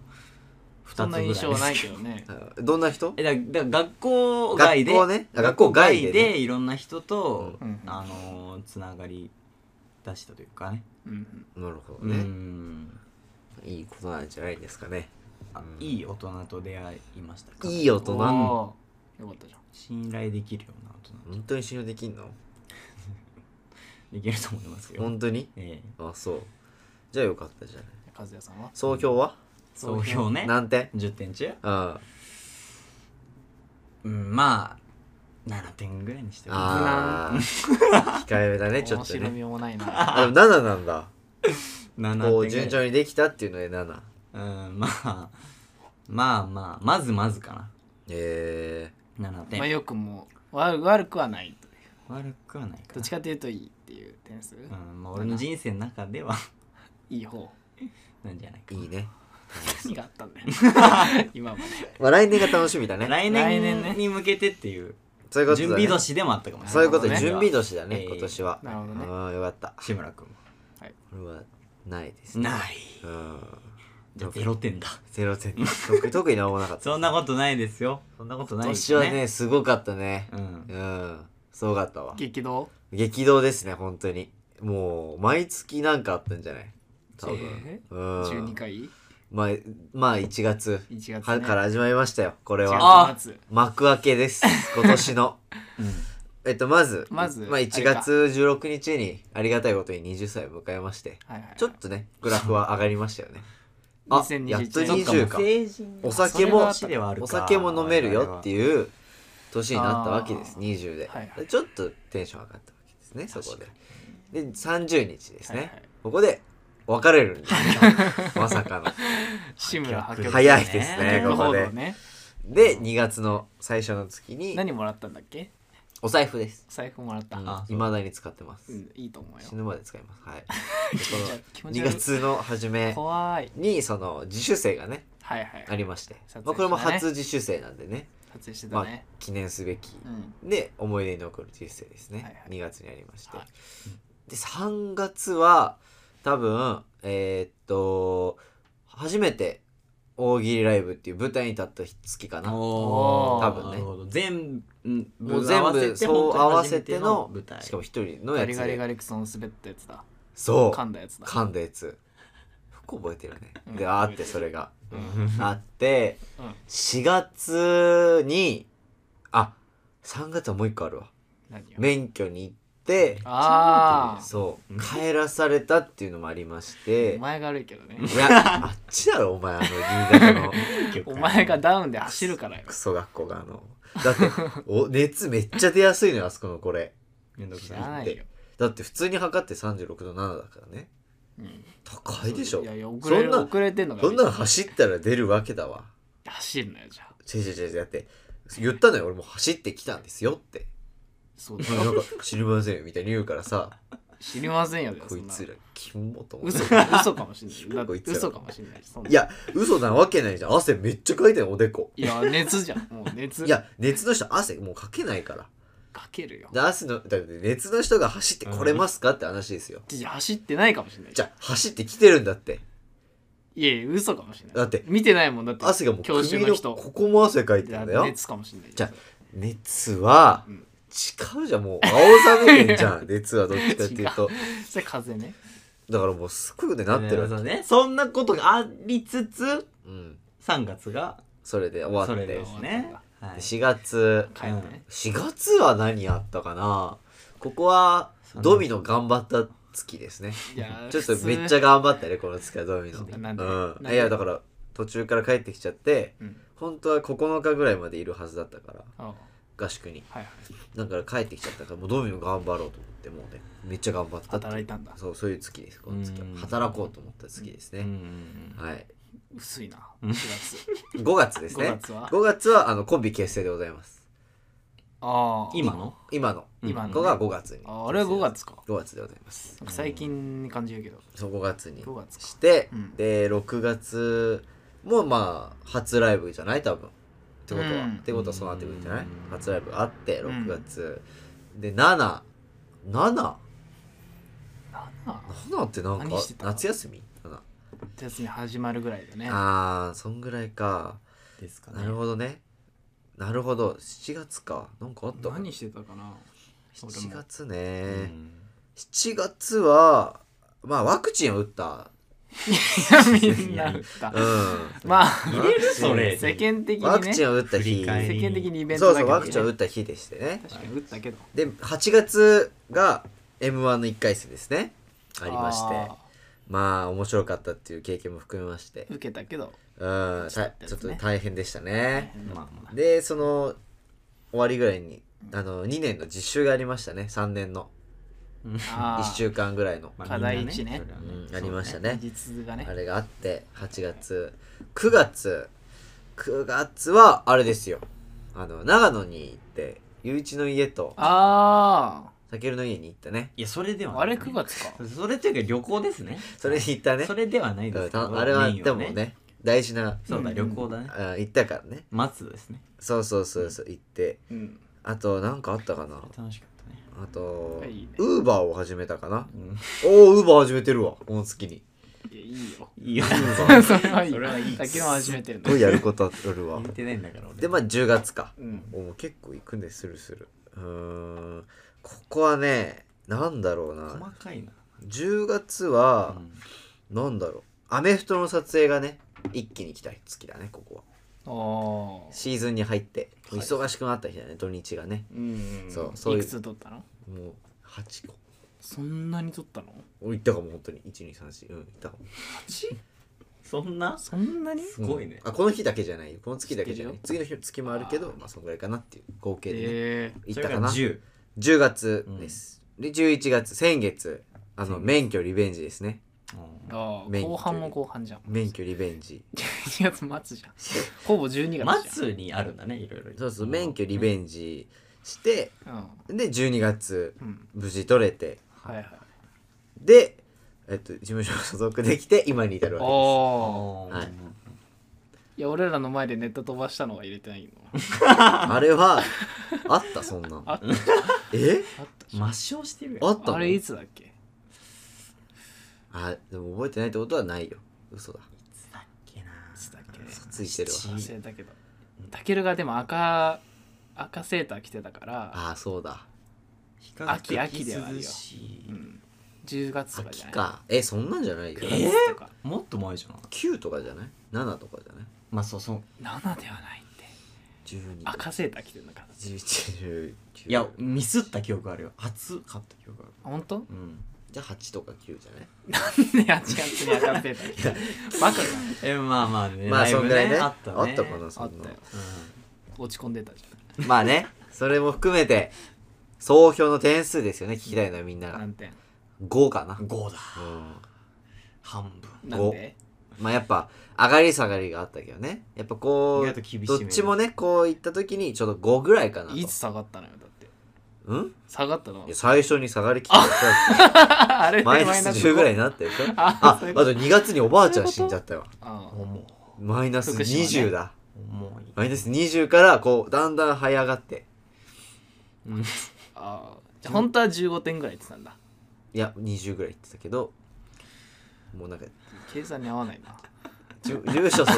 [SPEAKER 3] 2つ
[SPEAKER 2] ん
[SPEAKER 3] ぐ
[SPEAKER 2] な
[SPEAKER 3] らいで
[SPEAKER 2] 印
[SPEAKER 3] す
[SPEAKER 2] 象はないけどね
[SPEAKER 1] あどんな人
[SPEAKER 3] [laughs] えだだから学校外で
[SPEAKER 1] 学校ねあ学校外でね
[SPEAKER 3] 学校外いろんな人と、
[SPEAKER 1] [laughs]
[SPEAKER 2] うん
[SPEAKER 3] あのーつながり出したというかね
[SPEAKER 2] うん
[SPEAKER 1] なるほど
[SPEAKER 3] う
[SPEAKER 1] ね、
[SPEAKER 3] ん
[SPEAKER 1] いいことなんじゃないですかね
[SPEAKER 3] あ
[SPEAKER 1] うん
[SPEAKER 3] いい大人と出会いましたか
[SPEAKER 1] いい大
[SPEAKER 2] お
[SPEAKER 1] 人
[SPEAKER 2] ー
[SPEAKER 1] 本
[SPEAKER 2] よかったじゃん
[SPEAKER 3] 信頼できるような大人
[SPEAKER 1] 当に信用できんの
[SPEAKER 3] できると思いますよ、
[SPEAKER 1] 本当に
[SPEAKER 3] ええ
[SPEAKER 1] あそうじゃあよかったじゃない
[SPEAKER 2] 和也さんは
[SPEAKER 1] 総評は
[SPEAKER 3] 総評ね
[SPEAKER 1] 何点
[SPEAKER 3] 10点中
[SPEAKER 1] あ
[SPEAKER 3] うんまあ7点ぐらいにしておきます
[SPEAKER 1] ああー控えめだねちょ
[SPEAKER 2] 面
[SPEAKER 1] っと
[SPEAKER 2] 白
[SPEAKER 1] ね
[SPEAKER 2] みもないな
[SPEAKER 1] [laughs] あでも7なんだ
[SPEAKER 3] 7点
[SPEAKER 1] こ
[SPEAKER 3] ぐら
[SPEAKER 1] う
[SPEAKER 3] い
[SPEAKER 1] 順調にできたっていうので7
[SPEAKER 3] うんまあまあまあまずまずか
[SPEAKER 1] え
[SPEAKER 3] な7点、
[SPEAKER 2] まあよくも悪悪くはないという
[SPEAKER 3] 悪くはないか
[SPEAKER 2] どっ
[SPEAKER 3] な
[SPEAKER 2] ちかというといいっていう点数
[SPEAKER 3] うんまあ、俺の人生の中では
[SPEAKER 2] いい方
[SPEAKER 3] なんじゃないか
[SPEAKER 1] ー、いいね
[SPEAKER 2] 何があったんだよ
[SPEAKER 1] [laughs]
[SPEAKER 2] 今まで
[SPEAKER 1] まあ来年が楽しみだね
[SPEAKER 3] 来
[SPEAKER 2] 来年ね
[SPEAKER 3] 年に向けてっていう
[SPEAKER 1] そういうこと
[SPEAKER 3] 準
[SPEAKER 1] だ、ね、
[SPEAKER 3] 備年でもあったかもしれ
[SPEAKER 1] そう
[SPEAKER 3] ない
[SPEAKER 1] いうこと、
[SPEAKER 2] なるほ
[SPEAKER 1] 準
[SPEAKER 2] どね
[SPEAKER 1] 備年だね、
[SPEAKER 3] えー
[SPEAKER 1] 今年は
[SPEAKER 2] なるほどね
[SPEAKER 1] うんよかった
[SPEAKER 3] 志村君
[SPEAKER 1] これはないですね
[SPEAKER 3] ない
[SPEAKER 1] うん
[SPEAKER 3] じゃあ0点だ
[SPEAKER 1] ゼロ点特 [laughs] 特に何もなかった
[SPEAKER 3] そんなことないですよそんなこと
[SPEAKER 1] 今
[SPEAKER 3] ないで
[SPEAKER 1] 年
[SPEAKER 3] す
[SPEAKER 1] はねすごかったね
[SPEAKER 3] うん
[SPEAKER 1] うんすごかったわ
[SPEAKER 2] 激動
[SPEAKER 1] 激動ですね本当にもう毎月なんかあったんじゃない多分
[SPEAKER 2] え
[SPEAKER 1] うん
[SPEAKER 2] 12回
[SPEAKER 1] まあまあ1月
[SPEAKER 2] 1月ね
[SPEAKER 1] はから始まりましたよこれは
[SPEAKER 2] 1月末
[SPEAKER 1] 幕開けです今年の
[SPEAKER 3] うん
[SPEAKER 1] えっとまず
[SPEAKER 2] まず
[SPEAKER 1] あ、1月16日にありがたいことに20歳を迎えまして
[SPEAKER 2] はいはい
[SPEAKER 1] ちょっとねグラフは上がりました
[SPEAKER 2] [laughs]
[SPEAKER 1] よねあ
[SPEAKER 2] 2021
[SPEAKER 1] やっと
[SPEAKER 2] 年
[SPEAKER 3] そっ
[SPEAKER 1] 20
[SPEAKER 3] か
[SPEAKER 1] か
[SPEAKER 3] もう成人
[SPEAKER 1] お酒も
[SPEAKER 3] あそれはあるか
[SPEAKER 1] お酒も飲めるよって
[SPEAKER 3] いう
[SPEAKER 1] いう年になったわけです
[SPEAKER 2] あ
[SPEAKER 1] 20で、
[SPEAKER 2] はいはい
[SPEAKER 1] ちょっとテンション上がったわけですねそこでで30日ですね、
[SPEAKER 2] はいはい
[SPEAKER 1] ここで別れるんです
[SPEAKER 2] [laughs]
[SPEAKER 1] よまさかの
[SPEAKER 2] 志村破局
[SPEAKER 1] 早いですねこ
[SPEAKER 2] 破局
[SPEAKER 1] こ
[SPEAKER 2] 報
[SPEAKER 1] で
[SPEAKER 2] 道ね
[SPEAKER 1] で2月の最初の月に
[SPEAKER 2] 何もらったんだっけ
[SPEAKER 1] お財布です
[SPEAKER 2] 財布もらった
[SPEAKER 3] あ
[SPEAKER 1] いまだに使ってます、
[SPEAKER 2] うんいいと思うよ
[SPEAKER 1] 死ぬまで使います
[SPEAKER 2] [laughs]
[SPEAKER 1] はいこの
[SPEAKER 2] 気持ち
[SPEAKER 1] 2
[SPEAKER 2] 悪い
[SPEAKER 1] 月の初め
[SPEAKER 2] 怖い
[SPEAKER 1] にその自主性がね
[SPEAKER 2] はいはい
[SPEAKER 1] ありまして、
[SPEAKER 2] 撮影したね
[SPEAKER 1] まあ、これも初自主性なんでね
[SPEAKER 2] 撮影して
[SPEAKER 1] ま
[SPEAKER 2] た
[SPEAKER 1] あ
[SPEAKER 2] ね、
[SPEAKER 1] 記念すべき
[SPEAKER 2] うん
[SPEAKER 1] で思い出に残る人生ですね、
[SPEAKER 2] はいはい
[SPEAKER 1] 2月にありまして、
[SPEAKER 2] はい
[SPEAKER 1] で3月は多分えーっと初めて大喜利ライブっていう舞台に立った月かな
[SPEAKER 3] おお
[SPEAKER 1] 多分ね
[SPEAKER 3] 全部
[SPEAKER 1] もう全部そう合わせての
[SPEAKER 3] 舞台
[SPEAKER 1] しかも一人の
[SPEAKER 2] ガ
[SPEAKER 1] や
[SPEAKER 2] リ
[SPEAKER 1] つ
[SPEAKER 2] ガリガ
[SPEAKER 1] で
[SPEAKER 2] リクソン滑ったやつだ
[SPEAKER 1] そう
[SPEAKER 2] 噛んだやつだ
[SPEAKER 1] 噛んだやつよ
[SPEAKER 2] [laughs]
[SPEAKER 1] く覚えてるね、
[SPEAKER 2] うん
[SPEAKER 1] であーってそれが
[SPEAKER 3] うん
[SPEAKER 1] あって
[SPEAKER 2] うん
[SPEAKER 1] 4月にあ3月はもう一個あるわ
[SPEAKER 2] 何よ
[SPEAKER 1] 免許に行って
[SPEAKER 2] あ
[SPEAKER 1] そう
[SPEAKER 3] うん
[SPEAKER 1] 帰らされたっていうのもありまし
[SPEAKER 2] あ
[SPEAKER 1] て
[SPEAKER 2] お前が悪いけどね
[SPEAKER 1] いやあっちだろお前あの新潟
[SPEAKER 2] [laughs]
[SPEAKER 1] の
[SPEAKER 2] お前がダウンで走るからよ
[SPEAKER 1] クソ学校があのだってお熱めっちゃ出やすいのよあそこのこれ
[SPEAKER 3] めんどく
[SPEAKER 2] 知
[SPEAKER 3] さ
[SPEAKER 2] ら
[SPEAKER 3] い
[SPEAKER 2] ないよ、
[SPEAKER 1] だって普通に測って36度7だからね
[SPEAKER 2] うん、
[SPEAKER 1] 高いでしょ
[SPEAKER 2] いやいや遅
[SPEAKER 1] そ
[SPEAKER 2] れ
[SPEAKER 1] ん
[SPEAKER 2] る
[SPEAKER 1] な
[SPEAKER 2] 遅れてんのが
[SPEAKER 1] そんなの走ったら出るわけだわ
[SPEAKER 2] 走るのよじゃあ
[SPEAKER 1] 違う違う違うだって言ったのよ俺もう走ってきたんですよって
[SPEAKER 2] そ
[SPEAKER 1] [laughs]
[SPEAKER 2] うだよ
[SPEAKER 1] なんか知りませんよみたいに言うからさ
[SPEAKER 2] 知りませんよ
[SPEAKER 1] こいつらキモと思って
[SPEAKER 2] 嘘嘘かもしんないだっ
[SPEAKER 1] こいつ
[SPEAKER 2] て
[SPEAKER 1] ら
[SPEAKER 2] 嘘かもしんないそんない
[SPEAKER 1] や嘘なわけないじゃん汗めっちゃかいてるおでこ
[SPEAKER 2] いや熱じゃんもう熱
[SPEAKER 1] いや熱の人汗もうかけないから
[SPEAKER 2] かけるよ
[SPEAKER 1] で汗のだって熱の人が走ってこれますかって話ですよ、
[SPEAKER 2] いや走ってないかもしんない
[SPEAKER 1] じゃあ走ってきてるんだって
[SPEAKER 2] いやいや嘘かもしんない
[SPEAKER 1] だって
[SPEAKER 2] 見てないもんだって
[SPEAKER 1] 汗がもう
[SPEAKER 2] 教
[SPEAKER 1] 首
[SPEAKER 2] 習
[SPEAKER 1] の
[SPEAKER 2] の
[SPEAKER 1] こ
[SPEAKER 2] 人
[SPEAKER 1] こも汗かいて
[SPEAKER 2] い
[SPEAKER 1] る
[SPEAKER 2] や
[SPEAKER 1] んだよ
[SPEAKER 2] 熱かもしんない
[SPEAKER 1] じゃ熱は、
[SPEAKER 2] うん
[SPEAKER 1] 違うじゃんもう青ざめてんじゃん
[SPEAKER 2] [laughs]
[SPEAKER 1] 熱はどっちかっていうと
[SPEAKER 2] あそれ風ね
[SPEAKER 1] だからもうすごいねなってるわけ
[SPEAKER 3] そうねそんなことがありつつ
[SPEAKER 1] うん
[SPEAKER 3] 3月が
[SPEAKER 1] それで終
[SPEAKER 3] そ
[SPEAKER 1] わ
[SPEAKER 3] れ
[SPEAKER 1] って
[SPEAKER 3] ですね
[SPEAKER 2] 終わっ
[SPEAKER 3] はい
[SPEAKER 1] 4月
[SPEAKER 2] 帰ってね
[SPEAKER 1] 4月は何あったかなここは
[SPEAKER 3] そうね
[SPEAKER 1] ドミノ頑張った月ですね
[SPEAKER 2] いや
[SPEAKER 1] ちょっとめっち
[SPEAKER 2] ゃ
[SPEAKER 1] ゃ頑張ったねこの月はドミノ
[SPEAKER 2] なんで
[SPEAKER 1] うん
[SPEAKER 2] なんで
[SPEAKER 1] いやだから途中から帰ってきちゃって
[SPEAKER 2] うん
[SPEAKER 1] 本当は9日ぐらいまでいるはずだったから
[SPEAKER 2] あはい
[SPEAKER 1] 合宿に
[SPEAKER 2] はい
[SPEAKER 1] だから帰ってきちゃったからもうドミノ頑張ろうと思ってもうねめっちゃ頑張ったって
[SPEAKER 2] 働いたんだ
[SPEAKER 1] そうそういう月ですこの月は
[SPEAKER 3] うん
[SPEAKER 1] 働こうと思った月です
[SPEAKER 3] うんう
[SPEAKER 1] ね、
[SPEAKER 3] ん
[SPEAKER 1] はい
[SPEAKER 2] 薄いな
[SPEAKER 3] うん
[SPEAKER 2] 4月
[SPEAKER 1] 5月ですね
[SPEAKER 2] 5月は
[SPEAKER 1] 5月はあのコンビ結成でございます
[SPEAKER 2] ああ
[SPEAKER 3] 今の
[SPEAKER 1] 今の
[SPEAKER 3] うん
[SPEAKER 2] 今の
[SPEAKER 1] 子が5月に
[SPEAKER 2] ああれは5月か
[SPEAKER 1] 5月でございます
[SPEAKER 2] なんか最近に感じるけど
[SPEAKER 1] そう5月に
[SPEAKER 2] 5月か
[SPEAKER 1] して、
[SPEAKER 2] うん
[SPEAKER 1] で6月もまあ初ライブじゃない多分ってことは、
[SPEAKER 2] うん
[SPEAKER 1] ってことはそうなってくるんじゃない
[SPEAKER 3] うん
[SPEAKER 1] 初ライブがあって
[SPEAKER 2] うん
[SPEAKER 1] 6月、で77 7
[SPEAKER 2] 7
[SPEAKER 1] ってなんか
[SPEAKER 2] 何してた
[SPEAKER 1] 夏休みかな
[SPEAKER 2] 夏休み始まるぐらいだね
[SPEAKER 1] あーそんぐらいか
[SPEAKER 3] ですかね
[SPEAKER 1] なるほどねなるほど7月かなんかあった
[SPEAKER 2] 何してたかな俺も
[SPEAKER 1] 7月
[SPEAKER 3] う
[SPEAKER 1] ね、
[SPEAKER 3] ん
[SPEAKER 1] 7月はまあワクチンを打った
[SPEAKER 2] いやみんな打った
[SPEAKER 1] うん
[SPEAKER 2] [laughs] まあ
[SPEAKER 1] 入れる
[SPEAKER 3] それ
[SPEAKER 2] 世間的にね
[SPEAKER 1] ワクチン
[SPEAKER 2] 世
[SPEAKER 1] を打った
[SPEAKER 3] 振
[SPEAKER 1] 日
[SPEAKER 3] り返り
[SPEAKER 2] 間的にイベン
[SPEAKER 1] そ
[SPEAKER 2] ト
[SPEAKER 1] う
[SPEAKER 2] だ
[SPEAKER 1] そう
[SPEAKER 2] けどね
[SPEAKER 1] ワクチンを打った日でしてね
[SPEAKER 2] 確かに打ったけど
[SPEAKER 1] で8月が m 1の1回戦ですねありまして
[SPEAKER 2] あ
[SPEAKER 1] まあ面白かったっていう経験も含めまして
[SPEAKER 2] ー受けたけど
[SPEAKER 1] うんたちょっと大変でしたね
[SPEAKER 3] まあまあ
[SPEAKER 1] でその終わりぐらいにあの2年の実習がありましたね3年の
[SPEAKER 3] うん
[SPEAKER 2] あー
[SPEAKER 1] 1週間ぐらいの
[SPEAKER 3] まあ
[SPEAKER 2] 課題一ね
[SPEAKER 3] みんな
[SPEAKER 1] うん
[SPEAKER 3] それは
[SPEAKER 1] ありましたね
[SPEAKER 2] 実が
[SPEAKER 1] あ
[SPEAKER 2] ね
[SPEAKER 1] れがあって8月9月9月はあれですよあの長野に行ってゆういちの家と
[SPEAKER 2] あ
[SPEAKER 1] たけるの家に行ったね
[SPEAKER 3] いやそれで
[SPEAKER 2] あ
[SPEAKER 3] は
[SPEAKER 2] あれ9月か
[SPEAKER 3] それというか旅行ですね
[SPEAKER 1] それに行ったね
[SPEAKER 3] それではないです
[SPEAKER 1] うん
[SPEAKER 3] けど
[SPEAKER 1] たあれは
[SPEAKER 3] メイン
[SPEAKER 1] でもね大事な
[SPEAKER 3] そうだ
[SPEAKER 2] うん
[SPEAKER 3] 旅行だね
[SPEAKER 1] あ行ったからね
[SPEAKER 3] 松ですね
[SPEAKER 1] そうそうそうそう行って
[SPEAKER 2] うん
[SPEAKER 1] あとなんかあったかな
[SPEAKER 3] 楽しかったね
[SPEAKER 1] あと
[SPEAKER 2] いいね
[SPEAKER 1] ウーバーを始めたかな
[SPEAKER 3] うん
[SPEAKER 1] おおウーバー始めてるわこの月に
[SPEAKER 2] いやいいよ
[SPEAKER 3] いいよ
[SPEAKER 2] [laughs] それはいい
[SPEAKER 3] それはいい
[SPEAKER 2] だけは始めてるんだ
[SPEAKER 1] どうやることあるわ
[SPEAKER 3] 言ってないんだから俺
[SPEAKER 1] でまあ10月か
[SPEAKER 2] うん
[SPEAKER 1] おもう結構行くねするするうーんここはねなんだろう
[SPEAKER 3] 細
[SPEAKER 1] な
[SPEAKER 3] かいな
[SPEAKER 1] 10月は
[SPEAKER 3] う、ん
[SPEAKER 1] なんだろうアメフトの撮影がね一気に来た月だねここは
[SPEAKER 2] ああ
[SPEAKER 1] シーズンに入って
[SPEAKER 3] はい
[SPEAKER 1] 忙しくなった日だね土日がね
[SPEAKER 2] うんん
[SPEAKER 1] そうそういう
[SPEAKER 2] いくつ取ったの
[SPEAKER 1] もう8個
[SPEAKER 2] そんなに取ったの
[SPEAKER 1] お行ったかも本当に1234うん行ったかも
[SPEAKER 3] そんな
[SPEAKER 2] そんなに
[SPEAKER 1] す
[SPEAKER 3] ごいね
[SPEAKER 1] あこの日だけじゃないよこの月だけじゃない
[SPEAKER 2] 知っ
[SPEAKER 1] 次の日月もあるけどまあそんぐらいかなっていう合計でね、
[SPEAKER 2] え
[SPEAKER 1] 行ったかな
[SPEAKER 3] それが10
[SPEAKER 1] 10月です、で11月先月あの免許リベンジですね
[SPEAKER 2] えああ
[SPEAKER 1] 免許
[SPEAKER 2] 後半も後半じゃん
[SPEAKER 1] 免
[SPEAKER 2] [laughs]
[SPEAKER 1] 許リベンジ
[SPEAKER 2] 11月末じゃんほぼ12月じゃん
[SPEAKER 3] 松にあるんだねいろいろ
[SPEAKER 1] そうそう免許リベンジして
[SPEAKER 2] うん
[SPEAKER 1] で12月
[SPEAKER 2] うん
[SPEAKER 1] 無事取れて
[SPEAKER 2] はいはい
[SPEAKER 1] で、えっと、事務所に所属できて今に至るわけで
[SPEAKER 2] あ
[SPEAKER 1] は
[SPEAKER 2] あ
[SPEAKER 3] はい
[SPEAKER 2] いや俺らの前でネタ飛ばしたのは入れてないの
[SPEAKER 1] すあれはあったそんなの
[SPEAKER 2] あった
[SPEAKER 1] え
[SPEAKER 2] あった
[SPEAKER 3] 抹消してる
[SPEAKER 1] あ
[SPEAKER 3] よ
[SPEAKER 1] ったの
[SPEAKER 2] あれいつだっけ
[SPEAKER 1] あでも覚えてないってことはないよ嘘だ
[SPEAKER 3] いつだっけない
[SPEAKER 2] つだっけ
[SPEAKER 1] 嘘ついてるわ
[SPEAKER 2] 忘れたけどたけるがでも赤赤セーター着てたから、
[SPEAKER 1] ああそうだ
[SPEAKER 3] 比較
[SPEAKER 2] 秋
[SPEAKER 3] 的
[SPEAKER 2] 秋ではあるよ
[SPEAKER 3] 涼し
[SPEAKER 2] う
[SPEAKER 3] い
[SPEAKER 2] ん、10月とか
[SPEAKER 1] 秋
[SPEAKER 2] じゃない
[SPEAKER 1] かえそんなんじゃないよ
[SPEAKER 2] 9月とか
[SPEAKER 3] もっと前じゃない
[SPEAKER 1] 9とかじゃない7とかじゃない
[SPEAKER 3] まあそうそ
[SPEAKER 2] 7
[SPEAKER 3] う
[SPEAKER 2] ではないって
[SPEAKER 1] 12
[SPEAKER 2] 赤セーター着てるのかな
[SPEAKER 1] 1119
[SPEAKER 3] いやミスった記憶あるよ初買った記憶ある
[SPEAKER 2] 本当
[SPEAKER 3] うん
[SPEAKER 1] じゃあ8とか9じゃない
[SPEAKER 2] ね8月に赤セーター着てるバカだ
[SPEAKER 3] えまあまあね
[SPEAKER 1] まあ
[SPEAKER 3] ライブ
[SPEAKER 1] そんぐらいね
[SPEAKER 3] あったね
[SPEAKER 1] あったかなそ
[SPEAKER 2] あっ
[SPEAKER 1] ん
[SPEAKER 2] た
[SPEAKER 1] な
[SPEAKER 2] よ落ち込んでたじ
[SPEAKER 1] まあねそれも含めて総評の点数ですよね聞きたいのはみんな
[SPEAKER 2] ゃん
[SPEAKER 1] が
[SPEAKER 2] 何点
[SPEAKER 1] 5かな
[SPEAKER 3] うん5だ
[SPEAKER 1] うん
[SPEAKER 3] 半分
[SPEAKER 2] なんで
[SPEAKER 1] まあやっぱ上がり下がりがあったけどねやっぱこ
[SPEAKER 3] 意
[SPEAKER 1] う
[SPEAKER 3] 外と厳しめ
[SPEAKER 1] どっちもねこういった時にちょっと5ぐらいかなと
[SPEAKER 2] いつ下がったのよだって
[SPEAKER 1] うん
[SPEAKER 2] 下がったの
[SPEAKER 1] いや最初に下がりきった
[SPEAKER 2] [laughs] あ [laughs] あれ
[SPEAKER 1] マイナス10ぐらい
[SPEAKER 2] い
[SPEAKER 1] になったでしょ
[SPEAKER 2] [laughs] あ
[SPEAKER 1] ああ
[SPEAKER 2] そういうこと
[SPEAKER 1] と2月におばあちゃん死んじゃったよ
[SPEAKER 2] ああ
[SPEAKER 3] 重い
[SPEAKER 1] マイナス
[SPEAKER 2] 福島ね
[SPEAKER 1] 20だ、
[SPEAKER 3] 重い
[SPEAKER 1] マイナス20からこうだんだん這い上がって
[SPEAKER 3] うん
[SPEAKER 2] ああじゃあ本当は15点ぐらい言ってたんだ
[SPEAKER 1] いや20ぐらい言ってたけどもうなんか
[SPEAKER 2] 計算に合わないな [laughs]
[SPEAKER 1] じゅ住所所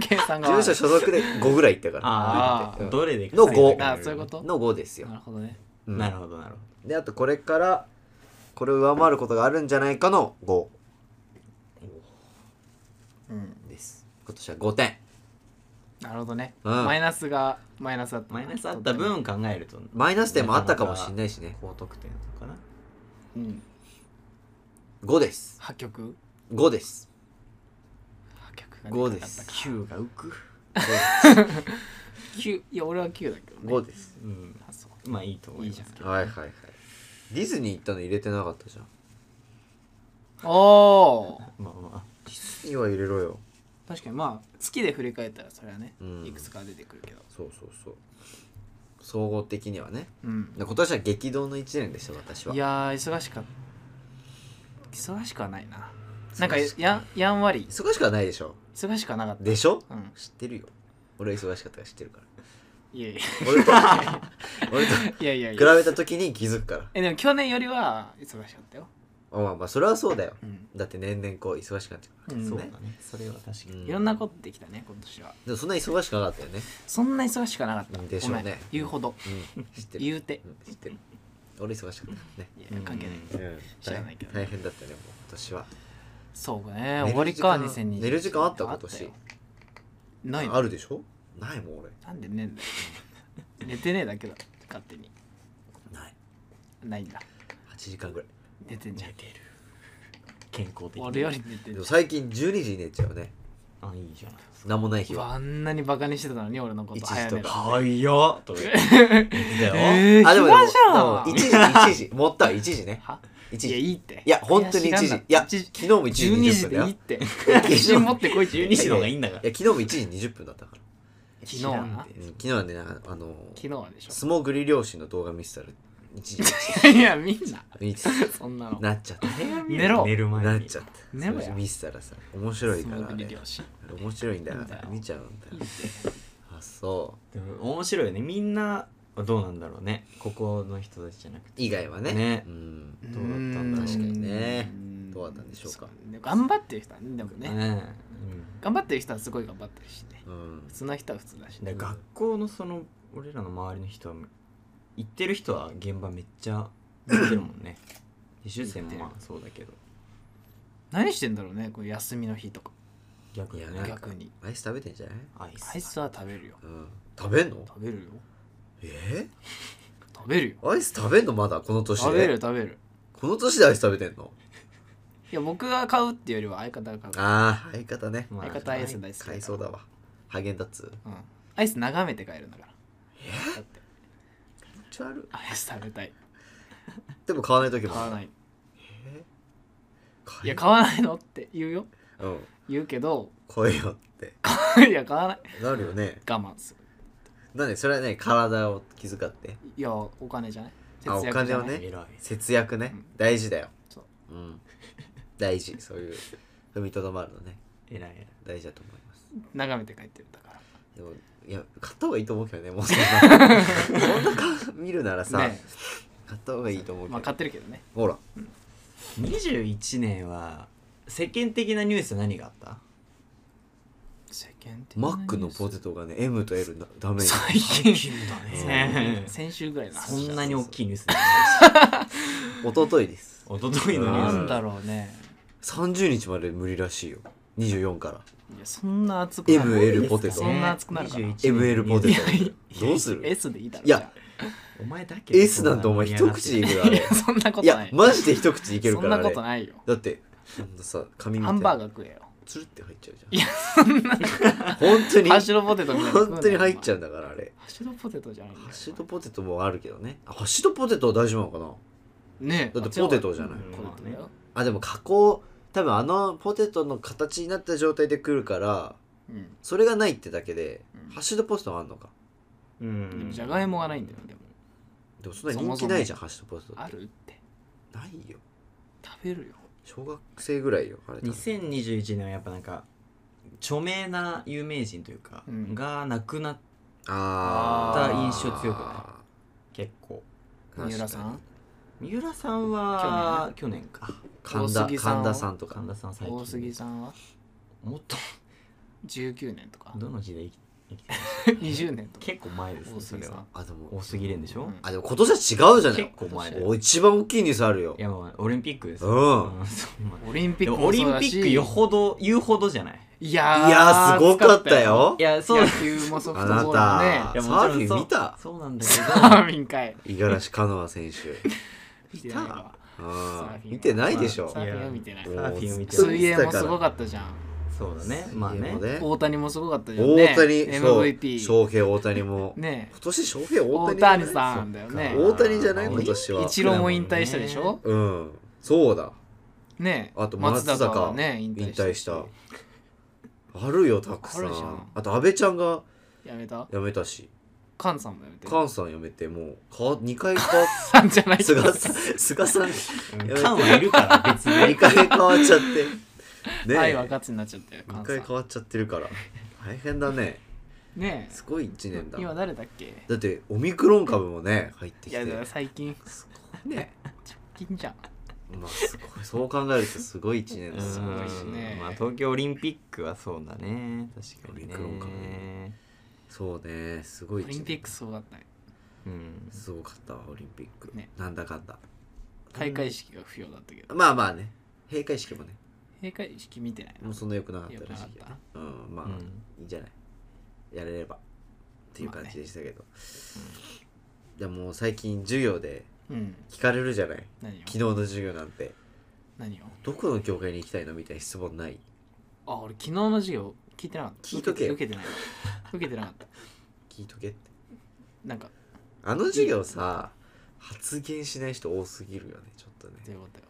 [SPEAKER 2] 計算が合わ
[SPEAKER 1] 住
[SPEAKER 2] な
[SPEAKER 1] 所
[SPEAKER 2] い
[SPEAKER 1] 所属で5ぐらい行ったから
[SPEAKER 3] あ
[SPEAKER 1] う
[SPEAKER 3] あ
[SPEAKER 1] ん
[SPEAKER 3] どれでか
[SPEAKER 1] の五
[SPEAKER 2] ああそういうこと
[SPEAKER 1] [laughs] の5ですよ
[SPEAKER 2] な、るほどね
[SPEAKER 1] うん
[SPEAKER 3] なるほどなるほ
[SPEAKER 1] であとこれからこれを上回ることがあるんじゃないかの5
[SPEAKER 2] うん
[SPEAKER 1] です今年は5点
[SPEAKER 2] なるほどね、
[SPEAKER 1] うん
[SPEAKER 2] マイナスがマイナスだった
[SPEAKER 3] マイナスあった分考えると
[SPEAKER 1] マイナス点もあったかもしんないしね
[SPEAKER 3] 高得点かな
[SPEAKER 2] うん
[SPEAKER 1] 5です
[SPEAKER 2] 破局
[SPEAKER 1] 5です
[SPEAKER 2] 破局が
[SPEAKER 1] 5
[SPEAKER 2] で
[SPEAKER 1] で
[SPEAKER 2] かった
[SPEAKER 1] す
[SPEAKER 2] か
[SPEAKER 1] が浮く
[SPEAKER 2] 九いや俺は9だけどね
[SPEAKER 1] 5です
[SPEAKER 3] うん
[SPEAKER 2] あそう
[SPEAKER 3] まあいいと思いますけど
[SPEAKER 1] はいはいはいディズニー行ったの入れてなかったじゃん
[SPEAKER 2] おー
[SPEAKER 3] まあま
[SPEAKER 1] ディズニーは入れろよ
[SPEAKER 2] [laughs] 確かにまあ月で振り返ったらそれはね、
[SPEAKER 1] うん
[SPEAKER 2] いくつか出てくるけど
[SPEAKER 1] そうそうそう総合的にはね
[SPEAKER 2] うん
[SPEAKER 1] で今年は激動の1年でした私はい
[SPEAKER 2] やー忙しかった忙しくはないななんかややんわり
[SPEAKER 1] 忙しくはないでしょ
[SPEAKER 2] 忙しくはなかっ
[SPEAKER 1] でしょ
[SPEAKER 2] たうん
[SPEAKER 1] 知ってるよ俺は忙しかったから知ってる
[SPEAKER 2] [laughs]
[SPEAKER 1] から
[SPEAKER 2] いやいや
[SPEAKER 1] 俺と俺と
[SPEAKER 2] いやいやい
[SPEAKER 1] 比
[SPEAKER 2] や
[SPEAKER 1] べた時に気づくから
[SPEAKER 2] えでも去年よりは忙しかったよ
[SPEAKER 1] あまあまあそれはそうだよ
[SPEAKER 2] うん、
[SPEAKER 1] だって年々こう忙しくなってく
[SPEAKER 2] う
[SPEAKER 1] る
[SPEAKER 2] ん
[SPEAKER 3] あそう
[SPEAKER 1] か
[SPEAKER 3] だ
[SPEAKER 1] ら
[SPEAKER 3] ね
[SPEAKER 1] ね、
[SPEAKER 3] それは確か
[SPEAKER 1] う
[SPEAKER 3] に
[SPEAKER 2] いろんなことできたね今年は
[SPEAKER 1] でもそんな忙しくなかったよね
[SPEAKER 2] そんな忙しくはなかった
[SPEAKER 1] でしょうね
[SPEAKER 2] ごめん言うほど
[SPEAKER 1] うん知ってる
[SPEAKER 2] 言うて
[SPEAKER 1] うん知ってる俺忙しかったからね
[SPEAKER 2] いや関係ない、
[SPEAKER 3] うん
[SPEAKER 1] うん
[SPEAKER 2] 知らないけど
[SPEAKER 1] 大変だったねもう今年は
[SPEAKER 2] そう
[SPEAKER 1] 寝
[SPEAKER 2] ね終わ
[SPEAKER 1] る
[SPEAKER 2] り
[SPEAKER 1] 時
[SPEAKER 2] か
[SPEAKER 1] 間
[SPEAKER 2] 2020
[SPEAKER 1] 寝る時間あった
[SPEAKER 2] あ
[SPEAKER 1] 今
[SPEAKER 2] った
[SPEAKER 1] 年
[SPEAKER 2] よないの
[SPEAKER 1] あるでしょないもん俺
[SPEAKER 2] なんでねえんだよ寝てねえだけだ勝手に
[SPEAKER 1] ない
[SPEAKER 2] ないんだ
[SPEAKER 1] 8時間ぐらい
[SPEAKER 2] 寝てんじゃん
[SPEAKER 3] 健康的
[SPEAKER 2] 俺より寝て
[SPEAKER 1] で
[SPEAKER 2] んじゃ
[SPEAKER 1] も
[SPEAKER 2] ん
[SPEAKER 1] 最近12時に寝ちゃうね
[SPEAKER 3] あいいじゃない
[SPEAKER 1] 何もないう日
[SPEAKER 2] わ
[SPEAKER 1] は
[SPEAKER 2] あんなにバカにしてたのに俺のこと
[SPEAKER 1] 一時
[SPEAKER 2] 早寝
[SPEAKER 1] と
[SPEAKER 2] ろ
[SPEAKER 1] か
[SPEAKER 3] かわいいよとか言 [laughs] ってたよ
[SPEAKER 2] えー、
[SPEAKER 1] あでもでも
[SPEAKER 2] 暇じゃん
[SPEAKER 1] でも1時1時持ったわ1時ね
[SPEAKER 2] は
[SPEAKER 1] 1
[SPEAKER 2] いや
[SPEAKER 1] 時
[SPEAKER 2] いいって
[SPEAKER 1] いや本当に1時いや昨
[SPEAKER 2] 1
[SPEAKER 1] 日も1時
[SPEAKER 2] 12
[SPEAKER 1] 20
[SPEAKER 2] 時
[SPEAKER 1] 分だ
[SPEAKER 2] でい
[SPEAKER 1] よ
[SPEAKER 2] いって
[SPEAKER 1] や [laughs] 昨
[SPEAKER 2] 自
[SPEAKER 1] 日
[SPEAKER 2] 信持ってこいって
[SPEAKER 3] 12時の方
[SPEAKER 1] [laughs]
[SPEAKER 3] がいいんだから
[SPEAKER 1] いや昨日も1時20分だったから
[SPEAKER 2] 昨日はな
[SPEAKER 1] うん昨日はねなんかあの
[SPEAKER 2] 昨日はでし
[SPEAKER 1] 素潜り漁師の動画見せたら一時
[SPEAKER 2] ょ [laughs] いやみんな
[SPEAKER 1] 見
[SPEAKER 2] [laughs]
[SPEAKER 1] てた
[SPEAKER 2] そんなの
[SPEAKER 1] なっちゃった
[SPEAKER 2] 寝ろ
[SPEAKER 3] 寝る前に
[SPEAKER 1] なっちゃった
[SPEAKER 2] 寝ろや
[SPEAKER 1] そう見せたらさ面白いから
[SPEAKER 2] 素潜り
[SPEAKER 1] ね
[SPEAKER 2] 漁師
[SPEAKER 1] 面白いんだか
[SPEAKER 2] いいんだ
[SPEAKER 1] ら
[SPEAKER 2] よ
[SPEAKER 1] 見ちゃうんだ
[SPEAKER 2] いい
[SPEAKER 1] よ
[SPEAKER 2] って
[SPEAKER 1] あそ
[SPEAKER 3] でも面白いよねみんなはどうなんだろうねここの人たちじゃなくて
[SPEAKER 1] う以外はね
[SPEAKER 3] ね
[SPEAKER 1] うん
[SPEAKER 3] どうだったんだろ
[SPEAKER 2] うー
[SPEAKER 3] う
[SPEAKER 1] 確かにね
[SPEAKER 2] ん
[SPEAKER 1] どうだったんでしょうか
[SPEAKER 2] そね頑張ってる人はねでもね
[SPEAKER 3] ね
[SPEAKER 2] 頑張ってる人はすごい頑張ってるしね
[SPEAKER 1] うん
[SPEAKER 2] 普通な人は普通だし
[SPEAKER 3] うん
[SPEAKER 2] ね
[SPEAKER 3] で学校のその俺らの周りの人は行ってる人は現場めっちゃ行ってるもん
[SPEAKER 2] [laughs]
[SPEAKER 3] ね実習生もまあそうだけど
[SPEAKER 2] 何してんだろうねこう休みの日とか
[SPEAKER 3] 逆に
[SPEAKER 1] いや
[SPEAKER 3] ね
[SPEAKER 2] 逆に
[SPEAKER 1] アイス食べてんじゃない
[SPEAKER 3] アイス
[SPEAKER 2] アイスは食べるよ
[SPEAKER 1] うん食べんの
[SPEAKER 2] 食べるよ
[SPEAKER 1] え
[SPEAKER 2] 食べるよ
[SPEAKER 1] ーアイス食べんのまだこの年
[SPEAKER 2] 食べる
[SPEAKER 1] で
[SPEAKER 2] 食べる
[SPEAKER 1] この年でアイス食べてんの
[SPEAKER 2] いや僕が買うっていうよりは相方が買う
[SPEAKER 1] ああ相方ね
[SPEAKER 3] まあ
[SPEAKER 2] 相方アイス大好きだから
[SPEAKER 1] 買いそうだわハーゲンダッツ
[SPEAKER 2] うんアイス眺めて帰るんだからだって
[SPEAKER 1] めっちゃある
[SPEAKER 2] アイス食べたい
[SPEAKER 1] でも買わない時
[SPEAKER 2] 買
[SPEAKER 1] も
[SPEAKER 2] わないい
[SPEAKER 1] 買
[SPEAKER 2] や買わないのって言うよ
[SPEAKER 1] えうん
[SPEAKER 2] 言うけど [laughs]
[SPEAKER 1] 来いよって
[SPEAKER 2] いや買わない
[SPEAKER 1] なるよね
[SPEAKER 2] 我慢する
[SPEAKER 1] なんでそれはね体を気遣って
[SPEAKER 2] いやお金じゃない
[SPEAKER 1] あ
[SPEAKER 2] 節約じゃ
[SPEAKER 1] お
[SPEAKER 2] な
[SPEAKER 1] 金を
[SPEAKER 2] い
[SPEAKER 1] ね
[SPEAKER 3] 偉い
[SPEAKER 1] 節約ね、
[SPEAKER 2] うん
[SPEAKER 1] 大事だよ、
[SPEAKER 2] そう
[SPEAKER 1] ん、大事そういう踏みとどまるのね
[SPEAKER 3] 偉い偉い
[SPEAKER 1] 大事だと思います
[SPEAKER 2] 眺めて帰ってるんだか
[SPEAKER 1] でもいや買った方がいいと思うけどねもうそんなそんな顔見るならさ、
[SPEAKER 2] らね
[SPEAKER 1] 買った方がいいと思うけど、
[SPEAKER 2] まあ買ってるけどね
[SPEAKER 1] ほら
[SPEAKER 3] 21年は世間的なニュース何があった
[SPEAKER 2] 世間的
[SPEAKER 1] マックのポテ
[SPEAKER 2] ト
[SPEAKER 1] トがね M と L なダメに
[SPEAKER 2] 最近
[SPEAKER 3] だ
[SPEAKER 1] ね
[SPEAKER 2] 先週ぐらいの
[SPEAKER 3] そ
[SPEAKER 2] 話
[SPEAKER 3] んなに大きいニュース
[SPEAKER 1] 一昨日です
[SPEAKER 3] おとといのニュ
[SPEAKER 2] な
[SPEAKER 3] ー
[SPEAKER 2] ん
[SPEAKER 3] ス
[SPEAKER 2] だろうね
[SPEAKER 1] 30日まで無理らしいよ24から
[SPEAKER 2] いやそんな熱くなる
[SPEAKER 1] ML ポテト
[SPEAKER 2] そんな熱くなるかな
[SPEAKER 3] 21
[SPEAKER 1] ML ポテトどうする
[SPEAKER 2] S でいいだろ
[SPEAKER 1] いや
[SPEAKER 3] お前だけ
[SPEAKER 1] S なんてお前一口でいくよあ
[SPEAKER 2] じゃあい
[SPEAKER 1] れ
[SPEAKER 2] やそんなこと
[SPEAKER 1] い
[SPEAKER 2] な
[SPEAKER 1] や
[SPEAKER 2] い
[SPEAKER 1] マジで一口いける
[SPEAKER 2] そ
[SPEAKER 1] か
[SPEAKER 2] ん
[SPEAKER 1] ら
[SPEAKER 2] な
[SPEAKER 1] あ
[SPEAKER 2] こ
[SPEAKER 1] れ
[SPEAKER 2] とないよ
[SPEAKER 1] だってあのさ紙みた
[SPEAKER 2] ハ
[SPEAKER 1] い
[SPEAKER 2] ン
[SPEAKER 1] な
[SPEAKER 2] バーガー食えよ
[SPEAKER 1] つるって入っちゃうじゃん
[SPEAKER 2] いや
[SPEAKER 1] 本当に
[SPEAKER 2] ハッシュドポテトみたいなの食うなよ
[SPEAKER 1] 本当に入っちゃうんだからあれ
[SPEAKER 2] ハッシュドポテトじゃないんだよ
[SPEAKER 1] ハッシュドポテトもあるけどねあハッシュドポテトは大丈夫なのかな
[SPEAKER 2] ねえ
[SPEAKER 1] だってポテトじゃ
[SPEAKER 2] あ
[SPEAKER 1] な
[SPEAKER 2] っ
[SPEAKER 1] い
[SPEAKER 2] ちはポテトだよ
[SPEAKER 1] あでも加工多分あのポテトの形になった状態で来るから
[SPEAKER 2] うん
[SPEAKER 1] それがないってだけで、
[SPEAKER 2] うん
[SPEAKER 1] ハッシュドポテトはあんのか
[SPEAKER 3] うん
[SPEAKER 2] でもじゃがいもがないんだよでも
[SPEAKER 1] でもそんな人気ないじゃんハッシュドポテトって
[SPEAKER 2] あるって
[SPEAKER 1] ないよ
[SPEAKER 2] 食べるよ
[SPEAKER 1] 小学生ぐらいよあれ多分
[SPEAKER 3] 2021年はやっぱなんか著名な有名人というか、
[SPEAKER 2] うん
[SPEAKER 3] が亡くなっ
[SPEAKER 1] あー
[SPEAKER 3] また印象強くな結構
[SPEAKER 2] 三浦さん
[SPEAKER 3] 三浦さんは去年か
[SPEAKER 1] 確かに神
[SPEAKER 2] 大杉
[SPEAKER 1] 田
[SPEAKER 2] さん
[SPEAKER 1] 神田さんとか
[SPEAKER 3] 神田さん最近
[SPEAKER 2] 大杉さんは
[SPEAKER 3] もっと
[SPEAKER 2] 19年とか
[SPEAKER 3] どの時代生きてる
[SPEAKER 2] 20年とか
[SPEAKER 3] 結構前です
[SPEAKER 2] 大
[SPEAKER 3] ねそ
[SPEAKER 2] 杉
[SPEAKER 3] れ
[SPEAKER 2] さ
[SPEAKER 3] は
[SPEAKER 2] ん
[SPEAKER 1] あでも
[SPEAKER 3] 大杉蓮でしょ、
[SPEAKER 2] うん
[SPEAKER 1] あでも今年は違うじゃな
[SPEAKER 3] 結
[SPEAKER 1] い
[SPEAKER 3] 構前だよ
[SPEAKER 1] お一番大きいニュースあるよ
[SPEAKER 3] いやもうオリンピックです
[SPEAKER 1] うん
[SPEAKER 3] そうまあ
[SPEAKER 2] オリンピ
[SPEAKER 3] で
[SPEAKER 2] ック
[SPEAKER 3] もオ
[SPEAKER 2] も
[SPEAKER 3] リ
[SPEAKER 2] そう
[SPEAKER 3] ン
[SPEAKER 2] だ
[SPEAKER 3] ピ
[SPEAKER 2] し
[SPEAKER 3] ックよほど言うほどじゃない
[SPEAKER 2] いやー
[SPEAKER 1] いやーすごかったよ
[SPEAKER 3] いやそう
[SPEAKER 2] 野球もソフトボールもね
[SPEAKER 1] あなた
[SPEAKER 3] い
[SPEAKER 1] サ
[SPEAKER 3] やもち
[SPEAKER 1] ー
[SPEAKER 3] ろ
[SPEAKER 1] フィ
[SPEAKER 3] ん
[SPEAKER 1] ン
[SPEAKER 3] そう
[SPEAKER 1] 見た
[SPEAKER 3] そうなんだけ
[SPEAKER 2] サ
[SPEAKER 3] ど
[SPEAKER 2] ーフィンかい
[SPEAKER 1] 五十嵐カノア選手
[SPEAKER 2] 見てない
[SPEAKER 1] あ
[SPEAKER 2] わサーフィン
[SPEAKER 1] ー見てないでしょ
[SPEAKER 2] サーフィンは見てない
[SPEAKER 3] いやサーフィンを見てない
[SPEAKER 2] 水泳もすごかったじゃん
[SPEAKER 3] そうだねまあね
[SPEAKER 2] 大谷もすごかったじゃんね
[SPEAKER 1] 大谷、そう
[SPEAKER 2] MVP
[SPEAKER 1] 翔平大谷も
[SPEAKER 2] ね
[SPEAKER 1] [laughs] 今年翔平大
[SPEAKER 2] 大
[SPEAKER 1] 谷じゃない
[SPEAKER 2] 谷さんだよね
[SPEAKER 1] そっか大谷じゃない
[SPEAKER 3] あ
[SPEAKER 1] 今年は
[SPEAKER 2] 一郎も引退したでしょ
[SPEAKER 1] うんそうだ
[SPEAKER 2] ね
[SPEAKER 1] あと松坂
[SPEAKER 2] はね引
[SPEAKER 1] 引
[SPEAKER 2] 退
[SPEAKER 1] 退
[SPEAKER 2] し
[SPEAKER 1] したあるよたくさ
[SPEAKER 2] あるじゃん
[SPEAKER 1] んあと安倍ちゃんが
[SPEAKER 2] やめた
[SPEAKER 1] 辞めたし
[SPEAKER 2] 菅さんもやめてる
[SPEAKER 1] 菅さん辞めてもうか2回
[SPEAKER 2] [laughs]
[SPEAKER 1] 変わっ
[SPEAKER 2] さんじゃないけ
[SPEAKER 1] 菅
[SPEAKER 2] ど
[SPEAKER 1] さん菅さん
[SPEAKER 3] うん缶はいるから別に
[SPEAKER 1] 2回変わっちゃってね
[SPEAKER 2] 愛 [laughs] は
[SPEAKER 1] え
[SPEAKER 2] 勝つになっちゃったよ
[SPEAKER 1] 2
[SPEAKER 2] 菅
[SPEAKER 1] 回
[SPEAKER 2] さ
[SPEAKER 1] 変わっちゃってるから大変だね
[SPEAKER 2] んね
[SPEAKER 1] すごい1年だ
[SPEAKER 2] 今誰だっけ
[SPEAKER 1] だってオミクロン株もね入ってき
[SPEAKER 2] い
[SPEAKER 1] て
[SPEAKER 2] やだから最近
[SPEAKER 1] ね
[SPEAKER 2] 金じゃん
[SPEAKER 1] まあすごいそう考えるとすごい1年
[SPEAKER 3] う
[SPEAKER 1] だす
[SPEAKER 2] [laughs] すごいし
[SPEAKER 3] ん
[SPEAKER 2] ね
[SPEAKER 3] まあ東京オリンピックはそうだね確かにね
[SPEAKER 1] オミクロンかもねそうねすご
[SPEAKER 2] オ
[SPEAKER 1] い1
[SPEAKER 2] リ
[SPEAKER 1] 年
[SPEAKER 2] ンピックすごかったね
[SPEAKER 3] うん
[SPEAKER 1] すごかったわオリンピック、
[SPEAKER 2] ね
[SPEAKER 1] なんだかんだ
[SPEAKER 2] 開会式が不要だったけど
[SPEAKER 1] まあまあね閉会式もね
[SPEAKER 2] 閉会式見てない
[SPEAKER 1] もうそんな良くなかったらしい
[SPEAKER 2] 良
[SPEAKER 1] け
[SPEAKER 2] く
[SPEAKER 1] ど
[SPEAKER 2] なか
[SPEAKER 1] うんまあ、
[SPEAKER 3] うん
[SPEAKER 1] いいんじゃないやれればっていう感じでしたけど、でももう最近授業で
[SPEAKER 2] うん
[SPEAKER 1] 聞かれるじゃない
[SPEAKER 2] 何を
[SPEAKER 1] 昨日の授業なんて
[SPEAKER 2] 何を
[SPEAKER 1] どこの教会に行きたいのみたいな質問ない
[SPEAKER 2] あ俺昨日の授業聞いてなかった
[SPEAKER 1] 聞いとけよ
[SPEAKER 2] 受
[SPEAKER 1] [laughs]
[SPEAKER 2] けて受けてない受けてなかった
[SPEAKER 1] 聞いとけって
[SPEAKER 2] なんか
[SPEAKER 1] あの授業さ発言しない人多すぎるよねちょっとね
[SPEAKER 2] どういうことよ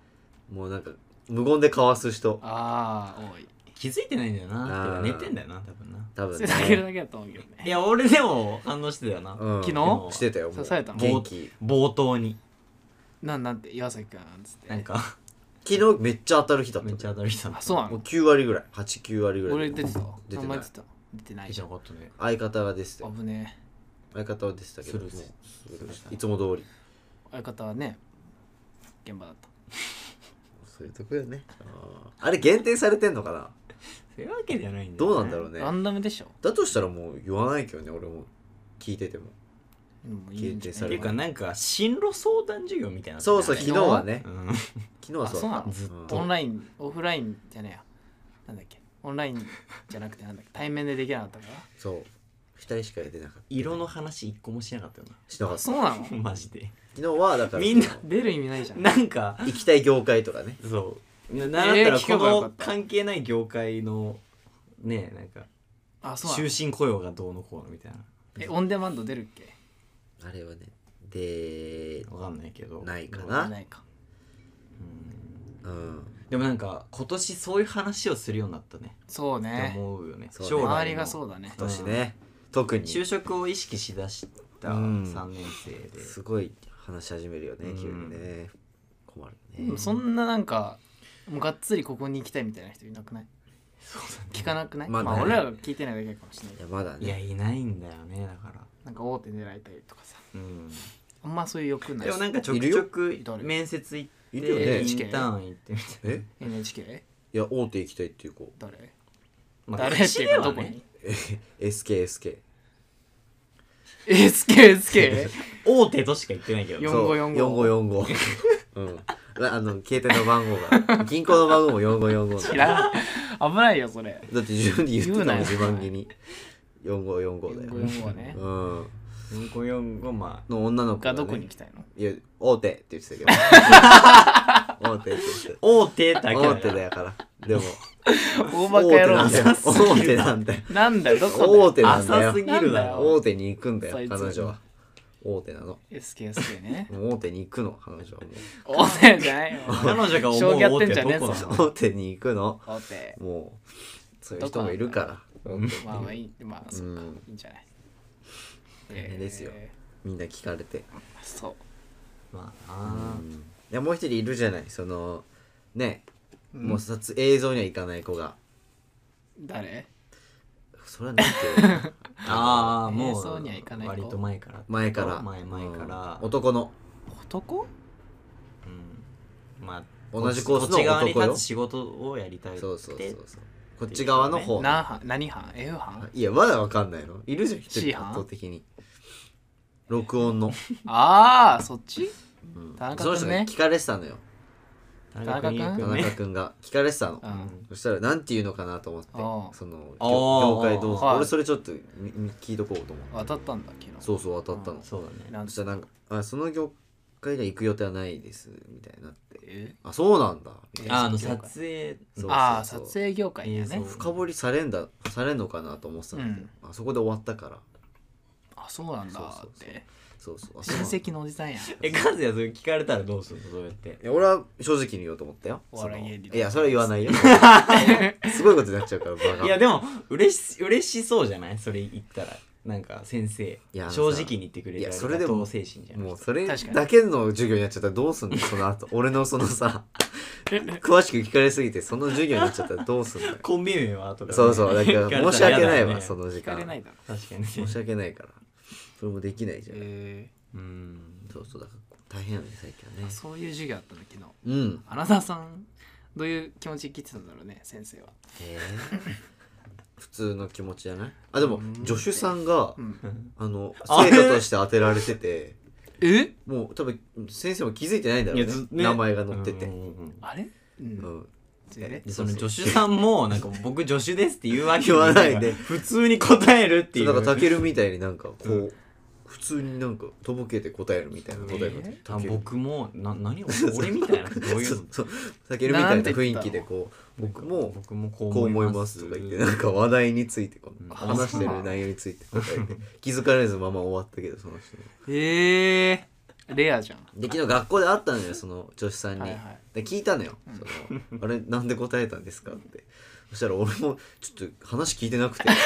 [SPEAKER 1] もうなんか無言でかわす人
[SPEAKER 2] ああ多い
[SPEAKER 3] 気づいてないんだよな
[SPEAKER 1] あー
[SPEAKER 3] てか寝てんだよな多分な
[SPEAKER 1] 多分
[SPEAKER 2] それだけ
[SPEAKER 1] ね、
[SPEAKER 2] だけだと思うけどね
[SPEAKER 3] いや俺でも反応してたよな、
[SPEAKER 1] うん、
[SPEAKER 2] 昨
[SPEAKER 3] 日
[SPEAKER 1] してたよも
[SPEAKER 2] 刺
[SPEAKER 1] う
[SPEAKER 2] されたの
[SPEAKER 1] 元気
[SPEAKER 3] 冒頭に
[SPEAKER 2] なんなんて岩崎くんなんつって
[SPEAKER 3] なんか
[SPEAKER 1] 昨日めっちゃ当たる日だった
[SPEAKER 3] めっちゃ当たりした
[SPEAKER 2] あそうな
[SPEAKER 1] もう
[SPEAKER 2] の
[SPEAKER 1] 9割ぐらい89割ぐらい
[SPEAKER 2] 俺出てた
[SPEAKER 1] 出て
[SPEAKER 2] 名
[SPEAKER 1] な
[SPEAKER 2] 前
[SPEAKER 1] い
[SPEAKER 2] 出てた出てない
[SPEAKER 3] い
[SPEAKER 2] じ
[SPEAKER 3] じ
[SPEAKER 2] ゃ
[SPEAKER 3] ゃ
[SPEAKER 2] ん
[SPEAKER 3] なかったね
[SPEAKER 1] 相方が出てたよ
[SPEAKER 2] 危ねえ
[SPEAKER 1] 相方は出てたけど
[SPEAKER 3] スルーです
[SPEAKER 1] もうスルーしたいつも通り
[SPEAKER 2] 相方はね現場だった
[SPEAKER 1] そういうとこよねあーあれ限定されてんのかな
[SPEAKER 3] そういうわけじゃないんだ
[SPEAKER 1] ど
[SPEAKER 3] よ
[SPEAKER 1] うなんだろうね
[SPEAKER 2] ランダムでしょ
[SPEAKER 1] だとしたらもう言わないけどね俺も聞いてても
[SPEAKER 2] うんいいんじ
[SPEAKER 1] 限定
[SPEAKER 2] ゃ
[SPEAKER 1] さ
[SPEAKER 3] っ
[SPEAKER 1] れる
[SPEAKER 3] ていうかなんか進路相談授業みたいなの
[SPEAKER 1] そうそう
[SPEAKER 3] あっ
[SPEAKER 1] 昨
[SPEAKER 3] た
[SPEAKER 1] 日
[SPEAKER 3] よ
[SPEAKER 1] はね
[SPEAKER 3] ね
[SPEAKER 1] 昨日はそうだ
[SPEAKER 2] あそうなの
[SPEAKER 3] ずっ
[SPEAKER 1] うん
[SPEAKER 2] オンラインオフラインじゃねえやなんだっけオンラインじゃなくてなんだっけ対面でできなかったか
[SPEAKER 1] そう2人しか出てなかった
[SPEAKER 3] うん色の話一個もしなかったよな
[SPEAKER 1] しなからった
[SPEAKER 2] そう
[SPEAKER 1] [laughs]
[SPEAKER 2] なの
[SPEAKER 3] [laughs] マジで
[SPEAKER 1] 昨日はだから
[SPEAKER 3] みんな
[SPEAKER 2] 出る意味ないじゃん
[SPEAKER 3] なんか
[SPEAKER 1] 行きたい業界とかね
[SPEAKER 3] そうななんだったら
[SPEAKER 2] 聞け
[SPEAKER 3] こ
[SPEAKER 2] ばよかっ
[SPEAKER 3] の
[SPEAKER 2] た
[SPEAKER 3] 関係ない業界のねなんか
[SPEAKER 2] あそうな
[SPEAKER 3] 終
[SPEAKER 2] の
[SPEAKER 3] 身雇用がどうのこうのみたいな
[SPEAKER 2] えオンデマンド出るっけ
[SPEAKER 1] あれはねで
[SPEAKER 3] わかんないけど
[SPEAKER 1] ないか
[SPEAKER 2] 出
[SPEAKER 1] な
[SPEAKER 2] ないか
[SPEAKER 3] うん
[SPEAKER 1] うん
[SPEAKER 3] でもなんか今年そういう話をするようになったね
[SPEAKER 2] そう
[SPEAKER 3] って
[SPEAKER 2] ね
[SPEAKER 3] 思うよね
[SPEAKER 1] そうね
[SPEAKER 3] 将来の
[SPEAKER 2] 周りがそうだね
[SPEAKER 1] 今年ね特に
[SPEAKER 3] 就職を意識しだした
[SPEAKER 1] うん
[SPEAKER 3] 3年生です
[SPEAKER 1] ごい話し始めるよね
[SPEAKER 3] うん
[SPEAKER 1] 急にね困る
[SPEAKER 2] で
[SPEAKER 1] ね
[SPEAKER 2] もそんななんかもうがっつりここに行きたいみたいな人いなくない聞かなくない
[SPEAKER 1] ま
[SPEAKER 2] ま
[SPEAKER 1] あ
[SPEAKER 2] あ
[SPEAKER 1] ね
[SPEAKER 2] 俺らが聞いてないだけかもしれない
[SPEAKER 1] い
[SPEAKER 2] けど
[SPEAKER 1] やまだ
[SPEAKER 3] いや
[SPEAKER 1] ね
[SPEAKER 3] いないんだよねだから
[SPEAKER 2] なんか大手狙いたいとかさ
[SPEAKER 3] うん
[SPEAKER 2] あんまそういう欲ない
[SPEAKER 3] でもなんかちょ
[SPEAKER 1] いるよ
[SPEAKER 3] くちょく
[SPEAKER 2] 誰
[SPEAKER 3] 面接行って
[SPEAKER 1] いるよね
[SPEAKER 3] インターン行ってみたいな
[SPEAKER 1] え
[SPEAKER 2] NHK
[SPEAKER 1] いや大手行きたいっていう子
[SPEAKER 2] 誰
[SPEAKER 3] まあ
[SPEAKER 2] 誰っていうかどこ
[SPEAKER 3] うちではね
[SPEAKER 2] に
[SPEAKER 1] え SKSK
[SPEAKER 2] SKSK
[SPEAKER 3] 大手としか言ってないけど
[SPEAKER 2] よん
[SPEAKER 3] ね
[SPEAKER 2] 4545
[SPEAKER 1] 4545うん
[SPEAKER 2] [laughs]
[SPEAKER 1] らあの携帯の番号が銀行の番号も4545
[SPEAKER 2] 知
[SPEAKER 1] だ
[SPEAKER 2] らん危ないよそれ
[SPEAKER 1] だって自分で言ってた
[SPEAKER 2] 言う
[SPEAKER 1] も
[SPEAKER 2] なんよ
[SPEAKER 1] 自慢げに4545だよ
[SPEAKER 2] 4545はね
[SPEAKER 1] うん
[SPEAKER 3] 4545まあ
[SPEAKER 1] の女の子が
[SPEAKER 2] が
[SPEAKER 1] ね
[SPEAKER 2] どこに行きたいの
[SPEAKER 1] いや大手って言ってたけ
[SPEAKER 2] [laughs]
[SPEAKER 1] ど大手って言って
[SPEAKER 3] 大手だけ
[SPEAKER 1] た
[SPEAKER 3] だ
[SPEAKER 1] 大
[SPEAKER 3] よ
[SPEAKER 1] 手だからでも
[SPEAKER 2] 大バ
[SPEAKER 1] 大
[SPEAKER 2] カ
[SPEAKER 1] 手
[SPEAKER 2] 野
[SPEAKER 1] なん
[SPEAKER 2] 郎
[SPEAKER 1] だよ大手なん
[SPEAKER 2] [laughs]
[SPEAKER 1] だよ
[SPEAKER 2] なんだよど
[SPEAKER 1] 大
[SPEAKER 2] こ
[SPEAKER 1] 手なんだ
[SPEAKER 3] 浅
[SPEAKER 1] よ
[SPEAKER 3] すぎるだろ
[SPEAKER 1] 大手に行くんだよ
[SPEAKER 2] そいつ
[SPEAKER 1] 彼女は大手なの
[SPEAKER 2] SKSK ね
[SPEAKER 1] もう大手に行くの彼女はも
[SPEAKER 2] 大手じゃないよ
[SPEAKER 3] 彼女が思
[SPEAKER 2] 将棋や
[SPEAKER 3] う
[SPEAKER 2] っ
[SPEAKER 3] 大
[SPEAKER 2] てん
[SPEAKER 3] 手
[SPEAKER 2] じゃねえ
[SPEAKER 3] ど
[SPEAKER 2] ぞ
[SPEAKER 3] こなの
[SPEAKER 1] う大手に行くの
[SPEAKER 2] 大手
[SPEAKER 1] もうそういう人もいるからうん
[SPEAKER 2] まあまあいいまあそっか
[SPEAKER 1] うん
[SPEAKER 2] いいんじゃない
[SPEAKER 1] 大変ですよ
[SPEAKER 2] え
[SPEAKER 1] みんな聞かれて
[SPEAKER 2] ーそう
[SPEAKER 3] ま
[SPEAKER 1] う
[SPEAKER 3] あなん
[SPEAKER 1] いやもう一人いるじゃないそのね
[SPEAKER 2] うん
[SPEAKER 1] もう撮映像には行かない子が
[SPEAKER 2] 誰
[SPEAKER 1] それはなん
[SPEAKER 3] [laughs]
[SPEAKER 1] て
[SPEAKER 3] ああ
[SPEAKER 2] え
[SPEAKER 3] も
[SPEAKER 2] ーそうにはいかない
[SPEAKER 3] う
[SPEAKER 2] 子
[SPEAKER 3] 割と前から
[SPEAKER 1] 前から
[SPEAKER 3] 前前から
[SPEAKER 1] うん男の
[SPEAKER 2] 男
[SPEAKER 3] うんまあ
[SPEAKER 1] 同じコースの
[SPEAKER 3] こっち側に
[SPEAKER 1] 男よ
[SPEAKER 3] 立つ仕事をやりたいって
[SPEAKER 1] そうそうそうそうこっち側の方
[SPEAKER 2] 何班何班 ?F 班
[SPEAKER 1] いやまだわかんないのいるじゃん一人
[SPEAKER 2] C
[SPEAKER 1] 圧
[SPEAKER 2] 班
[SPEAKER 1] 倒的に録音の
[SPEAKER 2] ああそっち
[SPEAKER 1] うん
[SPEAKER 2] 田中
[SPEAKER 1] その
[SPEAKER 2] 君
[SPEAKER 1] 人が
[SPEAKER 2] ね
[SPEAKER 1] 聞かれてたのよ
[SPEAKER 3] 田
[SPEAKER 2] 中君
[SPEAKER 3] 邦衛
[SPEAKER 1] 田
[SPEAKER 3] ね
[SPEAKER 1] 中君
[SPEAKER 2] [laughs]
[SPEAKER 1] が聞かれてたの
[SPEAKER 2] う。ん
[SPEAKER 1] そしたら、なんて言うのかなと思って
[SPEAKER 2] あ、あ
[SPEAKER 1] その、
[SPEAKER 3] ああ
[SPEAKER 1] 業界どうぞ
[SPEAKER 2] はい
[SPEAKER 1] 俺それちょっとみみ聞いとこうと思って。
[SPEAKER 2] 当たったんだ昨日
[SPEAKER 1] そうそう、当たったの。
[SPEAKER 3] そうだね
[SPEAKER 2] なん
[SPEAKER 1] そしたらなんか、あその業界では行く予定はないです、みたいになって。
[SPEAKER 2] え
[SPEAKER 1] あ、そうなんだ。みたいな
[SPEAKER 3] ああの
[SPEAKER 2] そう
[SPEAKER 3] 撮
[SPEAKER 2] か
[SPEAKER 3] 影
[SPEAKER 1] そう
[SPEAKER 2] ああ
[SPEAKER 1] そう
[SPEAKER 2] 撮
[SPEAKER 1] そう
[SPEAKER 2] 影業界だよ
[SPEAKER 3] い
[SPEAKER 2] ね
[SPEAKER 3] やそう
[SPEAKER 1] 深掘りされんだ、されんのかなと思ってたんだけど、あそこで終わったから。
[SPEAKER 2] あそうなんだ
[SPEAKER 1] そう
[SPEAKER 2] っ
[SPEAKER 1] そう
[SPEAKER 2] て
[SPEAKER 1] そうそう。あそう
[SPEAKER 2] 親
[SPEAKER 1] なんだ
[SPEAKER 2] 戚のおじさんや
[SPEAKER 1] [laughs]
[SPEAKER 3] えカズヤそれ聞かれたらどうするのそうやって
[SPEAKER 1] いや俺は正直に言おうと思ったよ。
[SPEAKER 2] お笑
[SPEAKER 1] そ
[SPEAKER 2] い
[SPEAKER 1] の
[SPEAKER 2] 芸人
[SPEAKER 1] いや、それは言わ
[SPEAKER 2] [laughs]
[SPEAKER 1] ないよ。すごいことになっちゃうから、バカ。
[SPEAKER 3] いやでも嬉し嬉しそうじゃないそれ言ったらなんか先生
[SPEAKER 1] いやあのさ
[SPEAKER 3] 正直に言ってくれ
[SPEAKER 1] い
[SPEAKER 3] る
[SPEAKER 1] や
[SPEAKER 3] あ
[SPEAKER 1] それでも
[SPEAKER 3] 同精神じゃん
[SPEAKER 1] もうそれ
[SPEAKER 2] 確かに
[SPEAKER 1] だけの授業になっちゃったらどうすんのその後俺のそのさ詳しく聞かれすぎてその授業になっちゃったらどうすんのよ
[SPEAKER 3] コンビ名はとかね
[SPEAKER 1] そうそうだ
[SPEAKER 3] [laughs]
[SPEAKER 1] か
[SPEAKER 3] 聞れた
[SPEAKER 1] ら申し訳ない
[SPEAKER 3] 嫌
[SPEAKER 1] わ、
[SPEAKER 3] だね
[SPEAKER 1] その時
[SPEAKER 2] 聞か
[SPEAKER 1] 間
[SPEAKER 2] れないだろ
[SPEAKER 3] 確かに
[SPEAKER 1] 申し訳ないからそれもできないじゃん、
[SPEAKER 2] え
[SPEAKER 1] [laughs]
[SPEAKER 3] うん
[SPEAKER 1] そうそうだから大変やね最近は
[SPEAKER 2] ー
[SPEAKER 1] ね
[SPEAKER 2] そういう授業あったんだ昨日
[SPEAKER 1] うん
[SPEAKER 2] アナザーさんどういう気持ち聞いてたんだろうね先生は
[SPEAKER 1] えー普通の気持ちじゃないあでも
[SPEAKER 2] うん
[SPEAKER 1] 助手さんが、
[SPEAKER 2] うん
[SPEAKER 1] あの
[SPEAKER 3] あ
[SPEAKER 1] 生徒として当てられてて
[SPEAKER 2] え
[SPEAKER 1] もう多分先生も気づいてないんだろう
[SPEAKER 3] いや
[SPEAKER 1] ね
[SPEAKER 3] ずね
[SPEAKER 1] 名前が載ってて、
[SPEAKER 3] うんうんうん
[SPEAKER 2] あれう
[SPEAKER 1] うん
[SPEAKER 2] ん
[SPEAKER 1] え
[SPEAKER 3] でその助手さ
[SPEAKER 1] [laughs]
[SPEAKER 3] んもなんか僕助手ですって言うわけ
[SPEAKER 1] 言
[SPEAKER 3] も
[SPEAKER 1] わないで
[SPEAKER 3] んか普通に答えるってい
[SPEAKER 1] そううなんかたけるみたいになんかこう、
[SPEAKER 3] う
[SPEAKER 1] 普通になんかとぼけて答えるみたいな答え方
[SPEAKER 2] え
[SPEAKER 1] たける
[SPEAKER 3] 僕もな何を俺みたいなどう
[SPEAKER 1] [laughs]
[SPEAKER 3] い
[SPEAKER 1] そうう
[SPEAKER 3] の
[SPEAKER 1] そうたけるみたいな雰囲気でこう僕も
[SPEAKER 3] 僕もこ
[SPEAKER 1] こう思いますとか言ってなんか話題についてこう
[SPEAKER 3] うん
[SPEAKER 1] 話してる内容について答えて気づかれずまま終わったけどその人
[SPEAKER 2] えー、レアじゃん
[SPEAKER 1] で昨日学校で会ったのよその女子さんに、
[SPEAKER 2] はいはい
[SPEAKER 1] で聞いたのよそのあれなんで答えたんですかってそしたら俺もちょっと話聞いてなくて適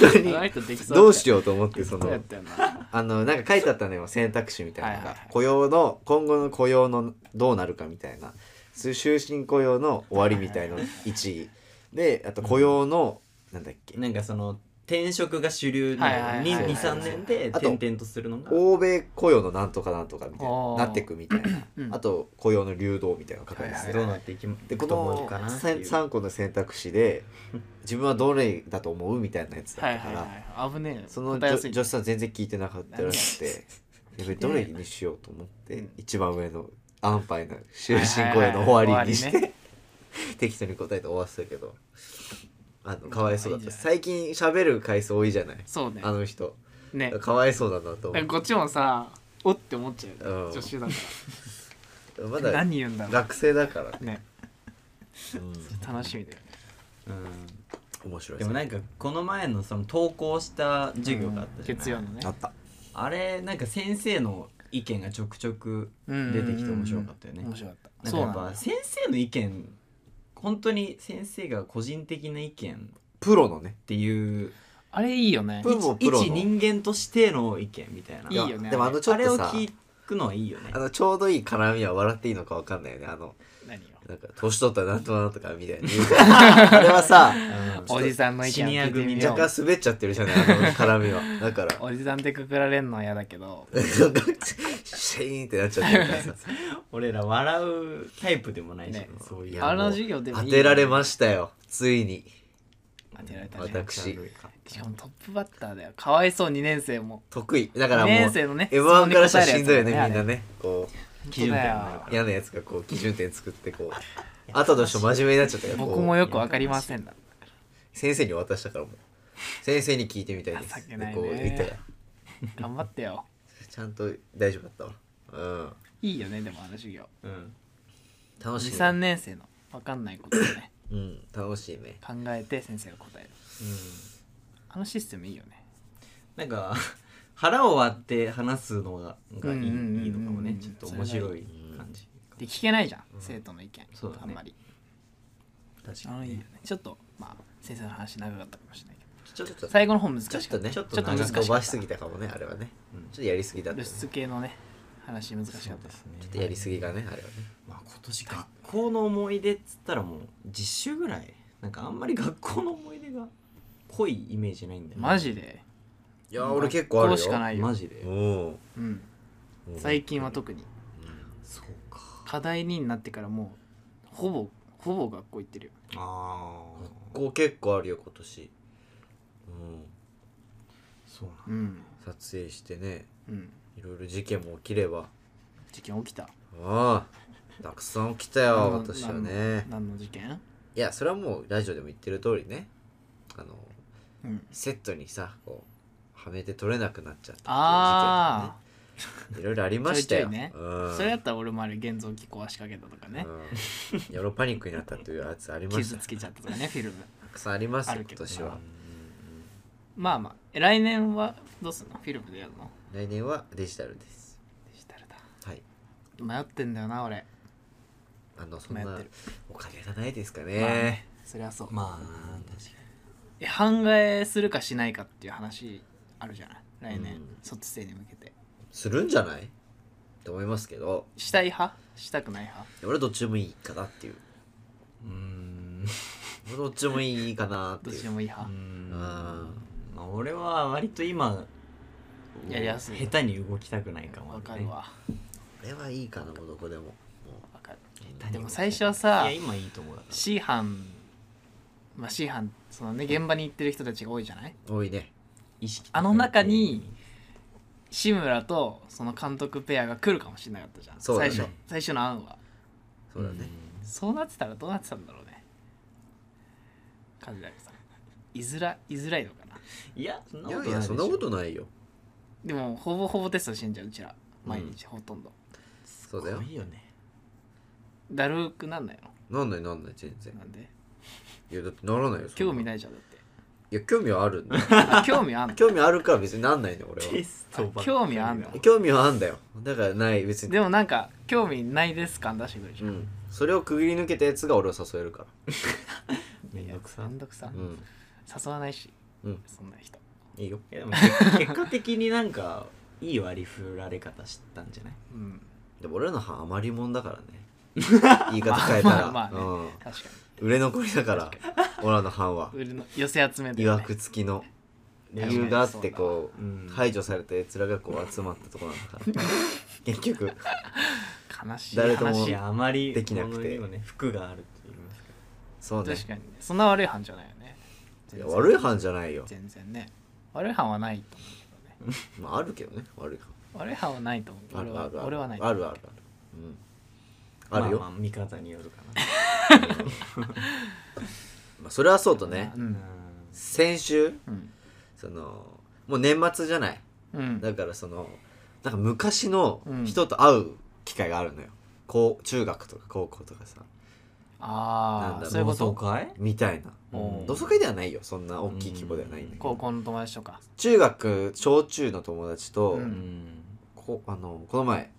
[SPEAKER 1] 当に
[SPEAKER 2] あの人できそうだっ
[SPEAKER 1] [laughs]
[SPEAKER 2] た
[SPEAKER 1] どうしようと思ってそ
[SPEAKER 2] そう
[SPEAKER 1] の
[SPEAKER 2] やったよな
[SPEAKER 1] あのなんか書いてあったのよ選択肢みたいなのが、
[SPEAKER 2] はいはいはい
[SPEAKER 1] 雇用の今後の雇用のどうなるかみたいな終身雇用の終わりみたいな1位であと雇用の、なんだっけ
[SPEAKER 3] なんかその転職が主流
[SPEAKER 2] はいはいはいはい
[SPEAKER 3] 23年で
[SPEAKER 1] あと
[SPEAKER 3] 転々とするのが
[SPEAKER 1] 欧米雇用のなんとかなんとかみたい
[SPEAKER 2] あ
[SPEAKER 1] な
[SPEAKER 2] ー
[SPEAKER 1] なってくみたいな、
[SPEAKER 2] うん
[SPEAKER 1] あと雇用の流動みたいなのが書かれてて、
[SPEAKER 2] はい
[SPEAKER 3] どうなっていき
[SPEAKER 1] でこ
[SPEAKER 3] どう思う
[SPEAKER 1] の
[SPEAKER 3] かなっていう
[SPEAKER 1] 3個の選択肢で自分はどれだと思うみたいなやつ
[SPEAKER 2] は
[SPEAKER 1] だ
[SPEAKER 2] い
[SPEAKER 1] ったか
[SPEAKER 2] は
[SPEAKER 1] ら、
[SPEAKER 2] いはい危ねえ
[SPEAKER 1] その
[SPEAKER 2] 答
[SPEAKER 1] 女
[SPEAKER 2] えやすい
[SPEAKER 1] 女子さん全然聞いてなかったらしくてやべどれにしようと思って、
[SPEAKER 2] うん
[SPEAKER 1] 一番上の安牌の終身雇用の終わりにして、
[SPEAKER 2] はいはいは
[SPEAKER 1] 適当に答えて終わってたけどあのかわいそうだっ
[SPEAKER 2] いい
[SPEAKER 1] た
[SPEAKER 2] じゃん
[SPEAKER 1] 最近喋る回数多いじゃない
[SPEAKER 2] そうね
[SPEAKER 1] あの人
[SPEAKER 2] ね
[SPEAKER 1] かわいそうだなと
[SPEAKER 2] なん
[SPEAKER 1] 思
[SPEAKER 2] かこっちもさおって思っちゃうよ
[SPEAKER 1] うん
[SPEAKER 2] ね助手だか
[SPEAKER 1] うま
[SPEAKER 2] ら
[SPEAKER 1] だ
[SPEAKER 2] 何言うんだろ
[SPEAKER 1] 学生だから、
[SPEAKER 2] うね
[SPEAKER 1] うん
[SPEAKER 2] 楽しみだよね
[SPEAKER 3] うん
[SPEAKER 1] 面白い
[SPEAKER 3] でもなんかこの前のその投稿した授業があったじゃない
[SPEAKER 2] 月曜のね
[SPEAKER 1] あった
[SPEAKER 3] あれなんか先生の意見がちょくちょく出てきて面白かったよね
[SPEAKER 2] 面白かった
[SPEAKER 3] なんか
[SPEAKER 2] そう
[SPEAKER 3] や
[SPEAKER 2] なん
[SPEAKER 3] っ
[SPEAKER 2] だ
[SPEAKER 3] ぱ先生の意見本当に先生が個人的な意見っ
[SPEAKER 1] プロのね
[SPEAKER 3] ていう
[SPEAKER 2] あれいいよね
[SPEAKER 1] プロもプロの
[SPEAKER 3] 一人間としての意見みたいない
[SPEAKER 2] いよね
[SPEAKER 1] でもあのちょ
[SPEAKER 3] あ
[SPEAKER 1] っ
[SPEAKER 3] れ
[SPEAKER 1] と
[SPEAKER 3] を
[SPEAKER 1] さ
[SPEAKER 3] 聞くのはいいよね
[SPEAKER 1] あのちょうどいい絡みは笑っていいのかわかんないよねあの
[SPEAKER 2] 何よ
[SPEAKER 1] なんか年取ったらなんとかなんとかみたいな言うじゃんあれはさ
[SPEAKER 3] うん
[SPEAKER 2] おじさんの意見を聞いてみよう
[SPEAKER 1] 若干滑っちゃってるじゃない
[SPEAKER 2] [laughs]
[SPEAKER 1] あの絡みはだから [laughs]
[SPEAKER 2] おじさんってくくられんのは嫌だけど
[SPEAKER 1] なんかシェーンってなっちゃってるからさ
[SPEAKER 3] 俺ら笑うタイプでもないし、
[SPEAKER 2] ね
[SPEAKER 3] そうい
[SPEAKER 1] いうや
[SPEAKER 2] あの授業 [laughs] でもい
[SPEAKER 1] 当
[SPEAKER 2] いよね
[SPEAKER 1] てられましたよついに
[SPEAKER 2] 当てられたね
[SPEAKER 1] 私
[SPEAKER 2] しかもトップバッターだよかわいそう2年生も
[SPEAKER 1] 得意だから
[SPEAKER 2] 2
[SPEAKER 1] もう
[SPEAKER 2] 年生のね
[SPEAKER 1] m 1からしたら
[SPEAKER 2] 質問
[SPEAKER 1] しん
[SPEAKER 2] に答
[SPEAKER 1] どいよ
[SPEAKER 2] える
[SPEAKER 1] ねみ
[SPEAKER 2] やつ
[SPEAKER 1] んなねこ
[SPEAKER 3] 基準点になる
[SPEAKER 2] 本
[SPEAKER 1] う
[SPEAKER 2] 当
[SPEAKER 3] から
[SPEAKER 1] 嫌なやつがこう基準点作ってこう後として真面目になっちゃったからこう
[SPEAKER 2] 僕もよくわかりませんだ
[SPEAKER 1] 先生に渡した
[SPEAKER 2] [laughs]
[SPEAKER 1] からもう先生に聞いてみたいです
[SPEAKER 2] 情けないね
[SPEAKER 1] こう言ったら
[SPEAKER 2] 頑張ってよ
[SPEAKER 1] ちゃんと大丈夫だったわ
[SPEAKER 2] いいよねでもあの授業
[SPEAKER 3] うん
[SPEAKER 1] うん楽しい
[SPEAKER 2] 23年生のわかんないことをね
[SPEAKER 1] うん楽しいね
[SPEAKER 2] 考えて先生が答えるあのシステムいいよね
[SPEAKER 3] なんか [laughs] 腹を割って話すのががいい,、
[SPEAKER 2] うんうんうんうん
[SPEAKER 3] いいのかもねちょっと面白い感じ
[SPEAKER 2] で聞けないじゃん、生徒の意見
[SPEAKER 3] そうだね
[SPEAKER 2] あんまり
[SPEAKER 3] 確
[SPEAKER 2] あのいいよねちょっとまあ先生の話長かったかもしれないけ
[SPEAKER 1] ちょっと
[SPEAKER 2] ど最後の方難しか
[SPEAKER 1] ち
[SPEAKER 2] っ
[SPEAKER 1] ょ
[SPEAKER 2] た
[SPEAKER 1] っとね
[SPEAKER 2] ち
[SPEAKER 1] ち
[SPEAKER 2] ょ
[SPEAKER 1] ょ
[SPEAKER 2] っ
[SPEAKER 1] っ
[SPEAKER 2] と
[SPEAKER 1] と
[SPEAKER 2] 難し
[SPEAKER 1] 飛
[SPEAKER 2] かった
[SPEAKER 1] ばしすぎたかもねあれはね
[SPEAKER 3] うん
[SPEAKER 1] ちょっとやりすぎだった
[SPEAKER 2] 露
[SPEAKER 1] ね
[SPEAKER 2] 出系のね話難しかった
[SPEAKER 3] そうですね
[SPEAKER 1] ちょっとやりすぎがねあれはね
[SPEAKER 3] まあ、今年学校の思い出っつったらもう実習ぐらいなんかあんまり学校の思い出が濃いイメージないんだよね
[SPEAKER 2] マジで
[SPEAKER 1] いや俺結構あるよ
[SPEAKER 2] こうしかないよ
[SPEAKER 3] マジで
[SPEAKER 1] うん
[SPEAKER 2] うん
[SPEAKER 1] うん
[SPEAKER 2] 最近は特に
[SPEAKER 3] そうか
[SPEAKER 2] 課題になってからもうほぼほぼ学校行ってるよ
[SPEAKER 3] ああ
[SPEAKER 1] こう結構あるよ今年うん
[SPEAKER 3] そうなんだ
[SPEAKER 2] うん
[SPEAKER 1] 撮影してね
[SPEAKER 2] うん
[SPEAKER 1] いろいろ事件も起きれば
[SPEAKER 2] 事件起きた
[SPEAKER 1] ああたくさん来たよ
[SPEAKER 2] 何の
[SPEAKER 1] 私はね
[SPEAKER 2] 何の事件
[SPEAKER 1] いやそれはもうラジオでも言ってる通りねあの
[SPEAKER 2] うん
[SPEAKER 1] セットにさこうはめて取れなくなっちゃったっていう事件とか
[SPEAKER 2] あ
[SPEAKER 1] ねいろいろありましたよ
[SPEAKER 2] ちょいちょいね
[SPEAKER 1] う
[SPEAKER 2] あ
[SPEAKER 1] ん
[SPEAKER 2] それやったら俺もあれ現像機壊しかけたとかね
[SPEAKER 1] うん、ヨロパニックになったというやつありまし
[SPEAKER 2] [laughs] 傷
[SPEAKER 1] た
[SPEAKER 2] つけちゃったとかねフィルム
[SPEAKER 1] たくさんあります
[SPEAKER 2] あ
[SPEAKER 1] よ
[SPEAKER 2] る
[SPEAKER 1] 今
[SPEAKER 2] けど
[SPEAKER 1] 年は
[SPEAKER 2] まあまあえ来年はどうすんのフィルムでやるの
[SPEAKER 1] 来年はデジタルです
[SPEAKER 2] デジタルだ
[SPEAKER 1] はい
[SPEAKER 2] 迷ってんだよな俺
[SPEAKER 1] あのそんな
[SPEAKER 2] 迷ってる
[SPEAKER 1] お金がないですか
[SPEAKER 2] まあ
[SPEAKER 1] ね
[SPEAKER 2] ね、そりゃそう、
[SPEAKER 3] まあ確か
[SPEAKER 2] え半替えするかしないかっていう話あるじゃない来年、
[SPEAKER 1] うん
[SPEAKER 2] 卒生に向けて
[SPEAKER 1] するんじゃないと思いますけど
[SPEAKER 2] したい派したくない派
[SPEAKER 1] 俺はどっちでもいいかなっていう
[SPEAKER 3] にうーん
[SPEAKER 1] 俺どっちでもいいかなって
[SPEAKER 2] どっ
[SPEAKER 1] い
[SPEAKER 2] ち
[SPEAKER 1] う
[SPEAKER 2] でもいい
[SPEAKER 3] うん
[SPEAKER 2] 派、
[SPEAKER 3] まあ俺は割と今
[SPEAKER 2] やりやすい
[SPEAKER 3] 下手に動きたくないかも、ね、
[SPEAKER 2] わかるわ
[SPEAKER 1] 俺はいいかなもうどこでもも
[SPEAKER 2] わかる
[SPEAKER 3] 下手に動きたくない
[SPEAKER 2] でも最初はさ
[SPEAKER 3] いや今いいと思うだから
[SPEAKER 2] 師範まあ師範そのね現場に行ってる人たちが多いじゃないう
[SPEAKER 1] 多いね
[SPEAKER 3] 意識
[SPEAKER 2] あの中に志村とその監督ペアが来るかもしれなかったじゃん、
[SPEAKER 1] そうだ
[SPEAKER 2] 最
[SPEAKER 1] ね
[SPEAKER 2] 初最初の案は
[SPEAKER 1] そうだね、
[SPEAKER 2] そうなってたらどうなってたんだろうねカズラさんいづらいづらいのかない
[SPEAKER 3] やそんないこと
[SPEAKER 1] や
[SPEAKER 3] ない
[SPEAKER 1] いや
[SPEAKER 3] でし
[SPEAKER 1] そ
[SPEAKER 3] ょ
[SPEAKER 1] んなことないよ
[SPEAKER 2] でもほぼほぼテストしてんじゃんうちら毎日ほとんど、
[SPEAKER 1] そうだよ
[SPEAKER 3] すごいよね
[SPEAKER 2] だるくなんない
[SPEAKER 1] なんないなんない全然
[SPEAKER 2] のなんで
[SPEAKER 1] いやだってならないよ
[SPEAKER 2] 興味
[SPEAKER 1] い
[SPEAKER 2] ないじゃんだって
[SPEAKER 1] いや興味はあるんだよ
[SPEAKER 2] あ興味あん
[SPEAKER 1] [laughs]
[SPEAKER 2] の
[SPEAKER 1] 興味あるから別になんないの俺は
[SPEAKER 3] テストばっかり
[SPEAKER 2] 興味あんだ
[SPEAKER 1] 興味はあんだよだからない別に
[SPEAKER 2] でもなんか興味ないです感出してくるじ
[SPEAKER 1] う
[SPEAKER 2] ゃん、
[SPEAKER 1] んそれをくぐり抜けたやつが俺を誘えるか
[SPEAKER 3] めんどくさ
[SPEAKER 2] め
[SPEAKER 3] い
[SPEAKER 2] んどくさ
[SPEAKER 1] らうん
[SPEAKER 2] 誘わないし
[SPEAKER 1] うん
[SPEAKER 2] そんな人
[SPEAKER 1] いいよ
[SPEAKER 3] やでも結 [laughs] 結果的になんかいい割り振られ方したんじゃない
[SPEAKER 2] うん
[SPEAKER 1] でも俺らの班余りもんだからね
[SPEAKER 2] [laughs]
[SPEAKER 1] 言い方変えたら、
[SPEAKER 2] まあまあまあ
[SPEAKER 1] うん
[SPEAKER 2] 確か
[SPEAKER 1] 売れ残りだから俺らの班は
[SPEAKER 2] に売るの寄せ集めだ
[SPEAKER 1] い
[SPEAKER 2] よ
[SPEAKER 1] わ
[SPEAKER 2] ね
[SPEAKER 1] くつきの
[SPEAKER 2] ね
[SPEAKER 1] 理由があってこう、
[SPEAKER 3] うん
[SPEAKER 1] 排除されたやつらがこう集まったところなんだから
[SPEAKER 2] [laughs]
[SPEAKER 1] 結局
[SPEAKER 2] 悲しい
[SPEAKER 1] 誰とも
[SPEAKER 2] 話
[SPEAKER 3] いやあまり
[SPEAKER 1] できなくて
[SPEAKER 3] ものにもね服があるって言いますか
[SPEAKER 1] そうね
[SPEAKER 2] 確かにねそんな悪い班じゃないよね
[SPEAKER 1] い
[SPEAKER 2] 全
[SPEAKER 1] や
[SPEAKER 2] 然
[SPEAKER 1] 悪い班じゃないよ、
[SPEAKER 2] 全然ね悪い班はないと思うけどね
[SPEAKER 1] まあ、あるけどね悪い班
[SPEAKER 2] 悪い班はないと思う
[SPEAKER 1] あ
[SPEAKER 2] 俺
[SPEAKER 1] るあ
[SPEAKER 2] は
[SPEAKER 1] るある
[SPEAKER 2] 俺はない
[SPEAKER 1] あるあるある、うん、あるよ、ま
[SPEAKER 3] まあ
[SPEAKER 1] あ
[SPEAKER 3] まあ見方によるかな
[SPEAKER 1] それはそうとね
[SPEAKER 2] うん
[SPEAKER 1] 先週
[SPEAKER 2] うん
[SPEAKER 1] そのもう年末じゃない
[SPEAKER 2] うん
[SPEAKER 1] だからそのなんか昔の
[SPEAKER 2] うん
[SPEAKER 1] 人と会う機会があるのよ、こう中学とか高校とかさなん
[SPEAKER 2] あ
[SPEAKER 1] だろ
[SPEAKER 2] あ
[SPEAKER 1] う
[SPEAKER 2] そういうこと
[SPEAKER 3] 会
[SPEAKER 1] みたいな
[SPEAKER 2] おー
[SPEAKER 1] 同窓会ではないよそんな大きい規模ではないんだけど
[SPEAKER 2] 高校の友達とか
[SPEAKER 1] 中学小中の友達と、
[SPEAKER 2] う
[SPEAKER 3] うんん
[SPEAKER 1] こあのこの前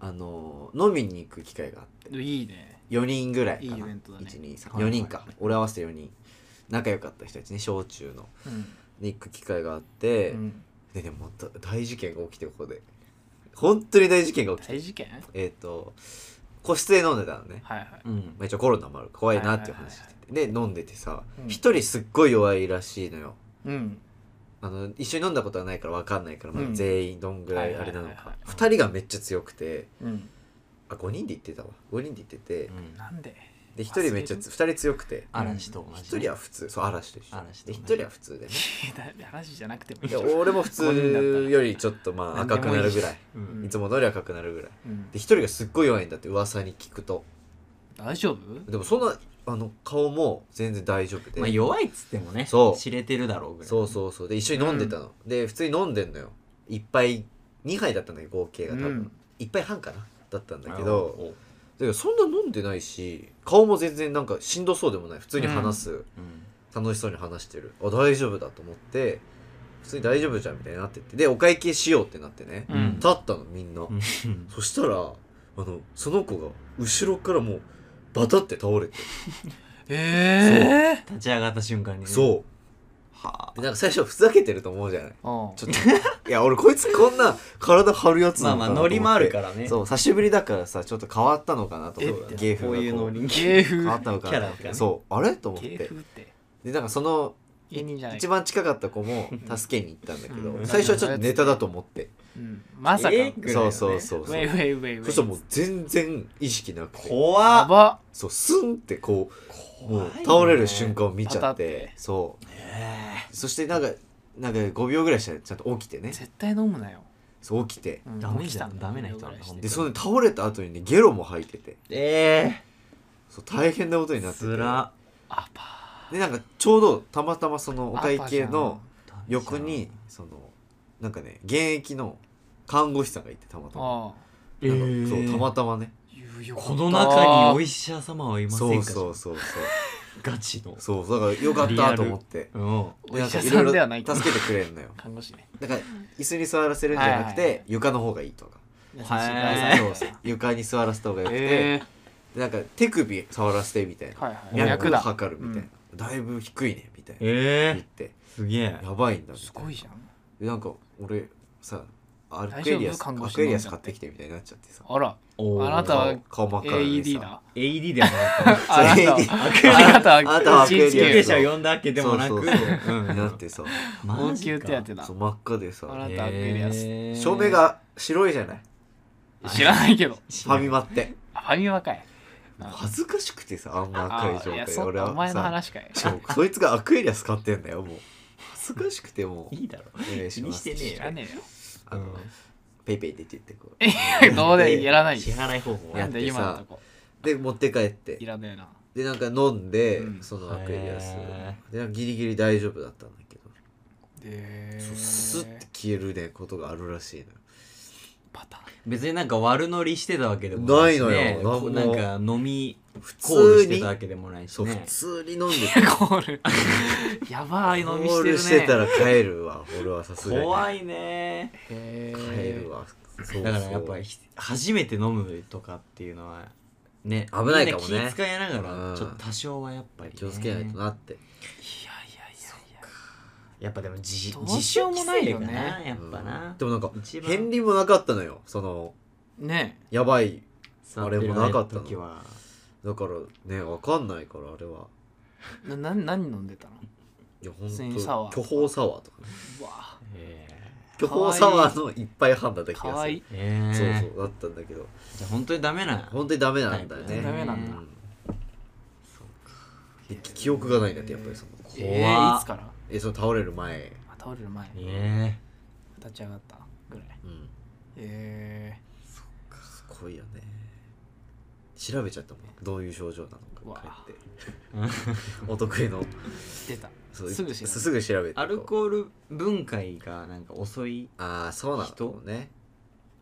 [SPEAKER 1] あの飲みに行く機会があって
[SPEAKER 2] いいね
[SPEAKER 1] 4人ぐらいかない
[SPEAKER 2] いイベントだね
[SPEAKER 1] 4人か、俺合わせて4人仲良かった人たちね小中の
[SPEAKER 2] うん
[SPEAKER 1] に行く機会があって、
[SPEAKER 2] うん
[SPEAKER 1] ででもだ大事件が起きてここで本当に大事件が起きて
[SPEAKER 2] 大事件
[SPEAKER 1] えっ、と個室で飲んでたのね、
[SPEAKER 2] はいはい
[SPEAKER 3] うん
[SPEAKER 1] まあ、一応コロナもあるから怖いなっていう話してて、
[SPEAKER 2] は
[SPEAKER 1] で飲んでてさ
[SPEAKER 2] うん
[SPEAKER 1] 一、人すっごい弱いらしいのよ
[SPEAKER 2] うん
[SPEAKER 1] あの一緒に飲んだことはないから分かんないから、まあ
[SPEAKER 2] うん
[SPEAKER 1] 全員どんぐらいあれなの
[SPEAKER 2] はいはいはいは
[SPEAKER 1] か
[SPEAKER 2] い
[SPEAKER 1] 2人がめっちゃ強くて
[SPEAKER 2] うん
[SPEAKER 1] あ5人で行ってたわ5人で行ってて
[SPEAKER 2] なんで [laughs]
[SPEAKER 1] で1人めっちゃ
[SPEAKER 2] 忘
[SPEAKER 1] 2
[SPEAKER 2] れる
[SPEAKER 1] 人強くて
[SPEAKER 3] 嵐と同じ
[SPEAKER 1] 1人は普通そう嵐と一緒
[SPEAKER 3] 嵐と
[SPEAKER 1] で
[SPEAKER 3] 同じ
[SPEAKER 1] 1人は普通で
[SPEAKER 2] [laughs]
[SPEAKER 1] ね
[SPEAKER 2] 話じゃなくてもいい
[SPEAKER 1] で俺も普通よりちょっとまあ
[SPEAKER 2] 何で
[SPEAKER 1] 赤
[SPEAKER 2] もいい
[SPEAKER 1] くなるぐらい
[SPEAKER 3] うん
[SPEAKER 1] いつも通り赤くなるぐらい
[SPEAKER 2] うん
[SPEAKER 1] で1人がすっごい弱いんだって噂に聞くと
[SPEAKER 2] 大丈夫
[SPEAKER 1] でもそんなあの顔も全然大丈夫で、
[SPEAKER 3] まあ弱いっつってもね
[SPEAKER 1] そう
[SPEAKER 3] 知れてるだろうぐらい
[SPEAKER 1] そうそうそうで一緒に飲んでたの、で普通に飲んでんのよ1杯2杯だったんだけど合計が
[SPEAKER 2] う
[SPEAKER 1] 多分、
[SPEAKER 2] ん
[SPEAKER 1] 1杯半かなだったんだけ
[SPEAKER 3] あ
[SPEAKER 1] ど
[SPEAKER 3] お
[SPEAKER 1] だけどそんな飲んでないし顔も全然なんかしんどそうでもない普通に話す、
[SPEAKER 3] うん
[SPEAKER 1] 楽しそうに話してるあ大丈夫だと思って普通に大丈夫じゃんみたいになってってでお会計しようってなってね、
[SPEAKER 2] うん
[SPEAKER 3] うん
[SPEAKER 1] 立ったのみんな、
[SPEAKER 3] うん [laughs]
[SPEAKER 1] そしたらあのその子が後ろからもうバタって倒れて、
[SPEAKER 2] ええ
[SPEAKER 3] 立ち上がった瞬間にね
[SPEAKER 1] そう
[SPEAKER 3] は
[SPEAKER 1] でなんか最初ふざけてると思うじゃない
[SPEAKER 2] おう
[SPEAKER 1] ちょっといや俺こいつこんな体張るやつ
[SPEAKER 3] ま
[SPEAKER 1] な
[SPEAKER 3] あ
[SPEAKER 1] の
[SPEAKER 3] まあ
[SPEAKER 1] かなと思
[SPEAKER 3] ノ
[SPEAKER 1] って
[SPEAKER 3] リもあるからね
[SPEAKER 1] そう久しぶりだからさちょっと変わったのかなと思
[SPEAKER 3] え
[SPEAKER 1] っ
[SPEAKER 3] ってて
[SPEAKER 1] 芸風
[SPEAKER 3] こ
[SPEAKER 1] が
[SPEAKER 3] ういうノリに
[SPEAKER 2] 芸風
[SPEAKER 1] 変わったのか
[SPEAKER 3] キャラ
[SPEAKER 1] な
[SPEAKER 3] がね
[SPEAKER 1] そうあれと思っ
[SPEAKER 2] 芸
[SPEAKER 1] て
[SPEAKER 2] 風って
[SPEAKER 1] でなんかその
[SPEAKER 2] 芸人じゃない
[SPEAKER 1] 一番近かった子も助けに行ったんだけど、
[SPEAKER 2] うん
[SPEAKER 1] 最初はちょっとネタだと思って、
[SPEAKER 2] うんまさか
[SPEAKER 3] えぐらいだ
[SPEAKER 1] そ
[SPEAKER 3] よ
[SPEAKER 1] う
[SPEAKER 3] ね
[SPEAKER 1] そうそう
[SPEAKER 2] ウ
[SPEAKER 1] そ
[SPEAKER 2] ェイウ
[SPEAKER 1] う
[SPEAKER 2] ェイウェイウェイ
[SPEAKER 1] そしたらもう全然意識なくて
[SPEAKER 2] や
[SPEAKER 3] 怖っ
[SPEAKER 2] ば
[SPEAKER 1] そうスンってこうも
[SPEAKER 3] 怖
[SPEAKER 1] う
[SPEAKER 3] いね
[SPEAKER 1] 倒れる瞬間を見ち
[SPEAKER 2] パタ
[SPEAKER 1] ゃ
[SPEAKER 2] っ
[SPEAKER 1] って
[SPEAKER 2] て
[SPEAKER 1] そう
[SPEAKER 3] え
[SPEAKER 1] そしてなんかなんか5秒ぐらいしたらちゃんと起きてね
[SPEAKER 2] 絶対飲むなよ
[SPEAKER 1] そう起きて
[SPEAKER 2] うん
[SPEAKER 3] ダメじゃん
[SPEAKER 2] 起きた
[SPEAKER 3] ダメな人なんだ
[SPEAKER 2] 起きた
[SPEAKER 1] でその倒れた後にねゲロも吐いてて
[SPEAKER 3] え
[SPEAKER 1] そう大変なことになってて
[SPEAKER 3] つら
[SPEAKER 2] アパ
[SPEAKER 1] でなんかちょうどたまたまそのお
[SPEAKER 2] ー
[SPEAKER 1] 会計の横
[SPEAKER 3] ダメ
[SPEAKER 1] に
[SPEAKER 3] じ
[SPEAKER 1] そのなんかね現役の看護師さんがいてたまたま
[SPEAKER 2] ああ
[SPEAKER 3] ゃん
[SPEAKER 1] なんかそう
[SPEAKER 3] えー
[SPEAKER 1] たまたまね
[SPEAKER 3] この中にお
[SPEAKER 2] い
[SPEAKER 3] 医者様はいません
[SPEAKER 1] そ
[SPEAKER 3] か
[SPEAKER 1] うそうそうそう
[SPEAKER 3] ガチの
[SPEAKER 1] そうだからよかったと思って
[SPEAKER 3] うん
[SPEAKER 2] お医者
[SPEAKER 1] で
[SPEAKER 2] さんでは
[SPEAKER 1] な
[SPEAKER 2] ない
[SPEAKER 1] ん
[SPEAKER 2] けど
[SPEAKER 1] か助けてくれるのよ
[SPEAKER 2] 看護師ね
[SPEAKER 1] だから椅子に座らせるんじゃなく
[SPEAKER 2] はいはいは
[SPEAKER 1] て床の方がいいとか
[SPEAKER 2] 優しい
[SPEAKER 3] はい
[SPEAKER 2] そうそう
[SPEAKER 1] 床に座らせた方がよくて
[SPEAKER 2] え
[SPEAKER 1] でなんか手首触らせてみたいな
[SPEAKER 2] はいはい
[SPEAKER 1] 脈
[SPEAKER 2] 役
[SPEAKER 1] を
[SPEAKER 2] だ
[SPEAKER 1] 測るみたいなだいぶ低いねみたいな言っ
[SPEAKER 3] え
[SPEAKER 1] て
[SPEAKER 3] ー、すげえ
[SPEAKER 1] やばいんだみ
[SPEAKER 2] す
[SPEAKER 1] たい
[SPEAKER 2] ご
[SPEAKER 1] ない
[SPEAKER 2] じゃん
[SPEAKER 1] でなんか俺さアクエリアス
[SPEAKER 2] 大丈夫看護師
[SPEAKER 1] アクエリアス買ってきてみたいになっちゃってさ
[SPEAKER 2] あら
[SPEAKER 3] おー
[SPEAKER 2] あなたは
[SPEAKER 1] 顔真っ赤に
[SPEAKER 2] AED
[SPEAKER 1] さ
[SPEAKER 2] だ
[SPEAKER 3] AED ではなかっ
[SPEAKER 2] あなたは [laughs]
[SPEAKER 3] たアクエリ
[SPEAKER 2] あなたは
[SPEAKER 1] あなたはアクエリアス
[SPEAKER 3] 救急
[SPEAKER 2] 119
[SPEAKER 3] 車を呼んだわけでもな
[SPEAKER 1] そう
[SPEAKER 3] く
[SPEAKER 1] そうそう
[SPEAKER 3] うん
[SPEAKER 1] な
[SPEAKER 2] [laughs]
[SPEAKER 1] ってさ
[SPEAKER 2] 応急手当
[SPEAKER 3] て
[SPEAKER 2] だ
[SPEAKER 1] そう真っ赤で
[SPEAKER 2] あら
[SPEAKER 1] さ
[SPEAKER 2] なたアクエリアス
[SPEAKER 1] 照明が白いじゃない
[SPEAKER 2] 知らないけど
[SPEAKER 1] ファミマって
[SPEAKER 2] あファミマかいあ
[SPEAKER 1] 恥ずかしくてさあんな
[SPEAKER 2] あ
[SPEAKER 1] 赤い
[SPEAKER 2] い
[SPEAKER 1] 状
[SPEAKER 2] や
[SPEAKER 1] 態
[SPEAKER 2] そ
[SPEAKER 1] 俺
[SPEAKER 2] お
[SPEAKER 1] は
[SPEAKER 2] 前の
[SPEAKER 1] さ
[SPEAKER 2] 話かい
[SPEAKER 1] しかもそいつがアクエリアス買ってんだよもう恥ずかしくてもう
[SPEAKER 3] いいだろ
[SPEAKER 1] お願いします
[SPEAKER 3] 気にしてねえ
[SPEAKER 2] 知らねえよ
[SPEAKER 1] あのペイペイでって言ってこう
[SPEAKER 2] えどうでやらない
[SPEAKER 3] 支払い方法
[SPEAKER 1] や
[SPEAKER 2] な
[SPEAKER 1] っ
[SPEAKER 2] ん
[SPEAKER 1] て
[SPEAKER 2] で
[SPEAKER 1] さ
[SPEAKER 2] 今のとこ
[SPEAKER 1] で持って帰って
[SPEAKER 2] いらねえな
[SPEAKER 1] でなんか飲んで、
[SPEAKER 2] うん
[SPEAKER 1] そのアクエリアス
[SPEAKER 3] へ
[SPEAKER 1] でギリギリ大丈夫だったんだけど、
[SPEAKER 2] で
[SPEAKER 1] そうスッて消えるねことがあるらしいのよ
[SPEAKER 2] パターン
[SPEAKER 3] 別になんか悪乗りしてたわけでもし
[SPEAKER 1] ないのよ
[SPEAKER 3] こう
[SPEAKER 1] な
[SPEAKER 3] なんん
[SPEAKER 1] も
[SPEAKER 3] か飲み
[SPEAKER 1] 普
[SPEAKER 3] コール
[SPEAKER 1] 通
[SPEAKER 3] して
[SPEAKER 1] に
[SPEAKER 3] たわけでもないし
[SPEAKER 1] そう、
[SPEAKER 3] ね
[SPEAKER 1] 普通に飲ん
[SPEAKER 3] [laughs]
[SPEAKER 1] で
[SPEAKER 2] コール [laughs] やばい
[SPEAKER 1] コ
[SPEAKER 2] 飲み
[SPEAKER 1] ール
[SPEAKER 2] し
[SPEAKER 1] してて
[SPEAKER 2] る
[SPEAKER 1] た
[SPEAKER 2] ね
[SPEAKER 1] ら帰るわ俺はさすがに
[SPEAKER 3] 怖いね
[SPEAKER 2] へ
[SPEAKER 1] 帰
[SPEAKER 2] え
[SPEAKER 1] るわそうそう
[SPEAKER 3] だからやっぱひ初めて飲むとかっていうのはね
[SPEAKER 1] 危ないかもね
[SPEAKER 3] みんな気遣いなが
[SPEAKER 1] う
[SPEAKER 3] ら
[SPEAKER 1] ん
[SPEAKER 3] ちょっと多少はやっぱりね
[SPEAKER 1] 気をつけないとなって
[SPEAKER 2] いやいやいやいや
[SPEAKER 3] やっぱでも自
[SPEAKER 2] どう
[SPEAKER 3] 自
[SPEAKER 2] し
[SPEAKER 3] 主
[SPEAKER 2] ようも
[SPEAKER 3] 規
[SPEAKER 2] ない
[SPEAKER 3] 制
[SPEAKER 2] よ
[SPEAKER 3] か
[SPEAKER 2] ね
[SPEAKER 3] なやっぱ
[SPEAKER 1] う
[SPEAKER 3] なん
[SPEAKER 1] でもなんか
[SPEAKER 3] 一番
[SPEAKER 1] 片りもなかったのよその
[SPEAKER 2] ね
[SPEAKER 1] やばい
[SPEAKER 3] 座
[SPEAKER 1] あ
[SPEAKER 3] っ
[SPEAKER 1] れ
[SPEAKER 3] てる
[SPEAKER 1] もなかったの
[SPEAKER 3] 時は
[SPEAKER 1] だからねわかんないからあれは
[SPEAKER 2] えなな何飲んでたの
[SPEAKER 1] いや本
[SPEAKER 2] 普通にサワー
[SPEAKER 1] 当巨峰サワーとかね
[SPEAKER 2] うわ
[SPEAKER 3] えー
[SPEAKER 1] 巨峰サワーの一杯半だった気がす
[SPEAKER 2] か
[SPEAKER 1] る
[SPEAKER 2] わいい
[SPEAKER 3] え
[SPEAKER 1] そう
[SPEAKER 3] ー
[SPEAKER 1] そうだったんだけど
[SPEAKER 3] じゃあ本当にダメな
[SPEAKER 1] 本当にダメなんだよね
[SPEAKER 2] ダメなん
[SPEAKER 3] だ
[SPEAKER 1] うで記憶がないんだってやっぱりその
[SPEAKER 2] え
[SPEAKER 3] 怖
[SPEAKER 2] ー、
[SPEAKER 3] っ
[SPEAKER 2] いつから
[SPEAKER 1] えその倒れる前
[SPEAKER 2] あ倒れる前
[SPEAKER 3] え
[SPEAKER 2] 立ち上がったぐらい
[SPEAKER 1] うん
[SPEAKER 2] え
[SPEAKER 1] すごいよね調べちゃったもんどういう症状なのか
[SPEAKER 2] わあ
[SPEAKER 1] 帰って [laughs] お得意の
[SPEAKER 2] ー、出た
[SPEAKER 1] そう
[SPEAKER 2] すぐ調べた
[SPEAKER 1] すぐ調べて
[SPEAKER 3] アルコール分解がなんか遅いって
[SPEAKER 1] ああそうなのね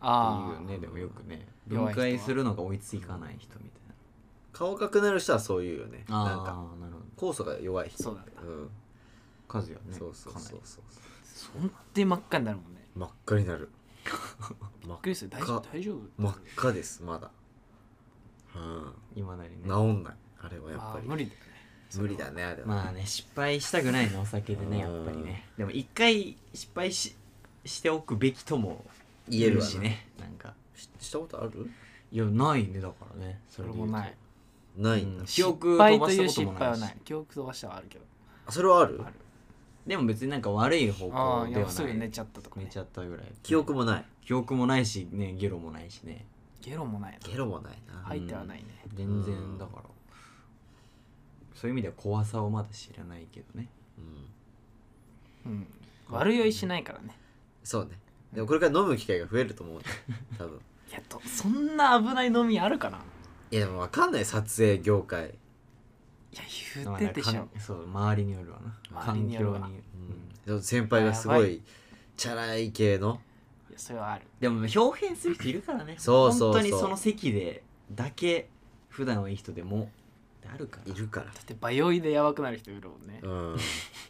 [SPEAKER 2] あ
[SPEAKER 3] い
[SPEAKER 2] あ
[SPEAKER 3] うねでもよくね
[SPEAKER 2] 弱
[SPEAKER 3] 分
[SPEAKER 2] い人は
[SPEAKER 3] 解するのが追いついかない人みたい
[SPEAKER 1] 顔赤くなる人はそういうよね
[SPEAKER 3] な
[SPEAKER 1] なんか
[SPEAKER 3] ああなるほ
[SPEAKER 1] 酵
[SPEAKER 3] ど
[SPEAKER 1] 素が弱い人
[SPEAKER 2] そうなんだ
[SPEAKER 1] うん
[SPEAKER 3] 数よね
[SPEAKER 1] そうそう
[SPEAKER 3] かな
[SPEAKER 1] そう
[SPEAKER 3] り
[SPEAKER 1] そう
[SPEAKER 2] ほんで真っ赤になるもんねび
[SPEAKER 1] 真っ赤にな
[SPEAKER 2] [laughs]
[SPEAKER 1] る真っ
[SPEAKER 2] っくりする大丈夫
[SPEAKER 1] か
[SPEAKER 2] 大丈夫
[SPEAKER 1] 真っ赤ですまだうん
[SPEAKER 3] 今なりね
[SPEAKER 1] 治んないあれはやっ
[SPEAKER 2] あ
[SPEAKER 1] ぱ
[SPEAKER 2] ー
[SPEAKER 1] り
[SPEAKER 2] 無理だよね
[SPEAKER 1] 無理だねあれは、
[SPEAKER 3] まあね失敗したくないのお酒でねやっぱりねでも一回失敗ししておくべきとも
[SPEAKER 1] 言えるわ
[SPEAKER 3] し
[SPEAKER 1] ね
[SPEAKER 3] ねなんか
[SPEAKER 1] ししたことある
[SPEAKER 3] いやないねだからねそ
[SPEAKER 2] それ
[SPEAKER 3] で言
[SPEAKER 2] も
[SPEAKER 3] うと
[SPEAKER 2] ない
[SPEAKER 1] ない
[SPEAKER 3] うん
[SPEAKER 1] んだ、
[SPEAKER 3] 記憶
[SPEAKER 2] 失
[SPEAKER 3] 飛
[SPEAKER 2] 敗
[SPEAKER 3] ば
[SPEAKER 2] と
[SPEAKER 3] し
[SPEAKER 2] い
[SPEAKER 3] た
[SPEAKER 2] う
[SPEAKER 3] こと
[SPEAKER 2] 失
[SPEAKER 3] も
[SPEAKER 2] 敗
[SPEAKER 3] ない
[SPEAKER 2] は
[SPEAKER 3] し
[SPEAKER 2] ない記憶飛ばしてはあるけど
[SPEAKER 1] あそれはある
[SPEAKER 2] ある
[SPEAKER 3] でも別になんか悪い方
[SPEAKER 2] ああ
[SPEAKER 3] 向
[SPEAKER 2] い
[SPEAKER 3] で
[SPEAKER 2] や
[SPEAKER 3] は
[SPEAKER 2] す
[SPEAKER 3] な
[SPEAKER 2] ぐ
[SPEAKER 3] い
[SPEAKER 2] 寝ちゃったとか、
[SPEAKER 3] 寝
[SPEAKER 2] ね、
[SPEAKER 3] ちゃったぐらい
[SPEAKER 1] 記憶もない
[SPEAKER 3] 記憶もないしねゲロもないしね
[SPEAKER 2] ゲロもない
[SPEAKER 1] ゲロもないな、
[SPEAKER 2] 入ってはないね、
[SPEAKER 3] 全
[SPEAKER 1] うん
[SPEAKER 3] 然だからそういう意味では怖さをまだ知らないけどね
[SPEAKER 1] うん
[SPEAKER 2] うん、悪酔いしないからね
[SPEAKER 1] そうねでもこれから飲む機会が増えると思うね多分
[SPEAKER 2] いやとそんな危ない飲みあるかない
[SPEAKER 1] やでも分かんない撮影業界
[SPEAKER 2] いや言うてでし
[SPEAKER 3] まあ
[SPEAKER 2] ょ
[SPEAKER 3] ねかんそう周りによるわな
[SPEAKER 2] 周りによるわ
[SPEAKER 3] 環境
[SPEAKER 1] う
[SPEAKER 3] に
[SPEAKER 1] んでも先輩がすご
[SPEAKER 2] やば
[SPEAKER 1] いチャラい系の
[SPEAKER 2] いやそれはある
[SPEAKER 3] でも表現する人いるからね
[SPEAKER 1] そうそうそう
[SPEAKER 3] 本当にその席でだけ普段はいい人でもあるから
[SPEAKER 1] いるから
[SPEAKER 2] だってバ酔いでやばくなる人いるもんね
[SPEAKER 1] うん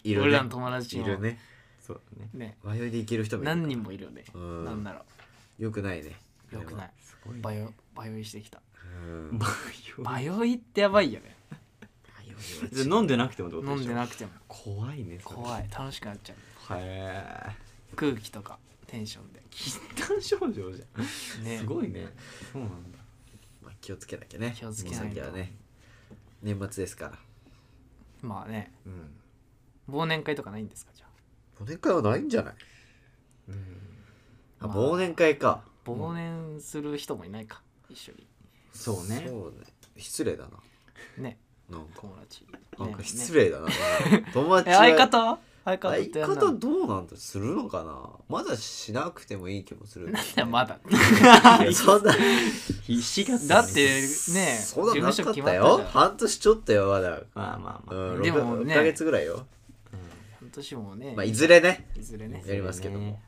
[SPEAKER 1] いる
[SPEAKER 2] 俺らの
[SPEAKER 1] ね
[SPEAKER 2] 友達
[SPEAKER 1] い
[SPEAKER 2] も
[SPEAKER 1] るね
[SPEAKER 3] そうだね
[SPEAKER 2] ね
[SPEAKER 1] 迷いでいける人もいる
[SPEAKER 2] 何人もいるよね
[SPEAKER 1] うん
[SPEAKER 2] なんなら
[SPEAKER 1] よくないね
[SPEAKER 2] よくない
[SPEAKER 3] すごい
[SPEAKER 2] バヨバヨイしてきた
[SPEAKER 1] うん
[SPEAKER 3] バ [laughs]
[SPEAKER 2] バヨイってやばいよね
[SPEAKER 3] イ
[SPEAKER 2] [laughs]
[SPEAKER 3] 飲んでなくてもどう
[SPEAKER 2] 飲んで
[SPEAKER 3] な
[SPEAKER 2] なくても
[SPEAKER 3] 怖いねそれ
[SPEAKER 2] 怖い楽しくなっちゃ
[SPEAKER 3] へえ
[SPEAKER 2] う空気とかテンションで
[SPEAKER 3] 禁断症状じゃん
[SPEAKER 2] ね
[SPEAKER 3] すごいねそうなんだ
[SPEAKER 1] まあ気をつけなきゃね
[SPEAKER 2] 気をつけないと
[SPEAKER 1] お酒はね年末ですから
[SPEAKER 2] まあね
[SPEAKER 3] うん
[SPEAKER 2] 忘年会とかないんですかじゃ
[SPEAKER 1] 忘年会はないんじゃない
[SPEAKER 3] うん
[SPEAKER 1] あ
[SPEAKER 2] まあ
[SPEAKER 1] 忘年会か
[SPEAKER 2] あ忘年する人もいないか一緒に
[SPEAKER 3] そうね
[SPEAKER 1] そうね失礼だな
[SPEAKER 2] ね
[SPEAKER 1] なんか
[SPEAKER 2] 友達
[SPEAKER 1] なんか
[SPEAKER 2] ね [laughs]
[SPEAKER 1] 失礼だな友
[SPEAKER 2] え
[SPEAKER 1] 達は
[SPEAKER 2] 相方は相方ってや
[SPEAKER 1] 相
[SPEAKER 2] んな
[SPEAKER 1] 方どうなんだするのかなまだしなくてもいい気もするけどね、
[SPEAKER 2] いやまだ
[SPEAKER 1] いや [laughs] そん
[SPEAKER 2] [laughs]
[SPEAKER 1] な
[SPEAKER 3] 必死が
[SPEAKER 2] だってねえ
[SPEAKER 1] そんななかっ
[SPEAKER 2] 事務所決ま
[SPEAKER 1] た
[SPEAKER 2] ったじ
[SPEAKER 1] よ
[SPEAKER 2] ゃん
[SPEAKER 1] 半年ちょっとよまだ、
[SPEAKER 3] まあまあ
[SPEAKER 1] う
[SPEAKER 3] まあ、
[SPEAKER 1] ん、
[SPEAKER 2] で
[SPEAKER 1] で
[SPEAKER 2] も
[SPEAKER 1] も、
[SPEAKER 2] ね
[SPEAKER 1] 6ヶ月ぐらいよ、
[SPEAKER 2] 半年もね、
[SPEAKER 1] まあ、いずれね
[SPEAKER 2] いずれね
[SPEAKER 1] やりますけども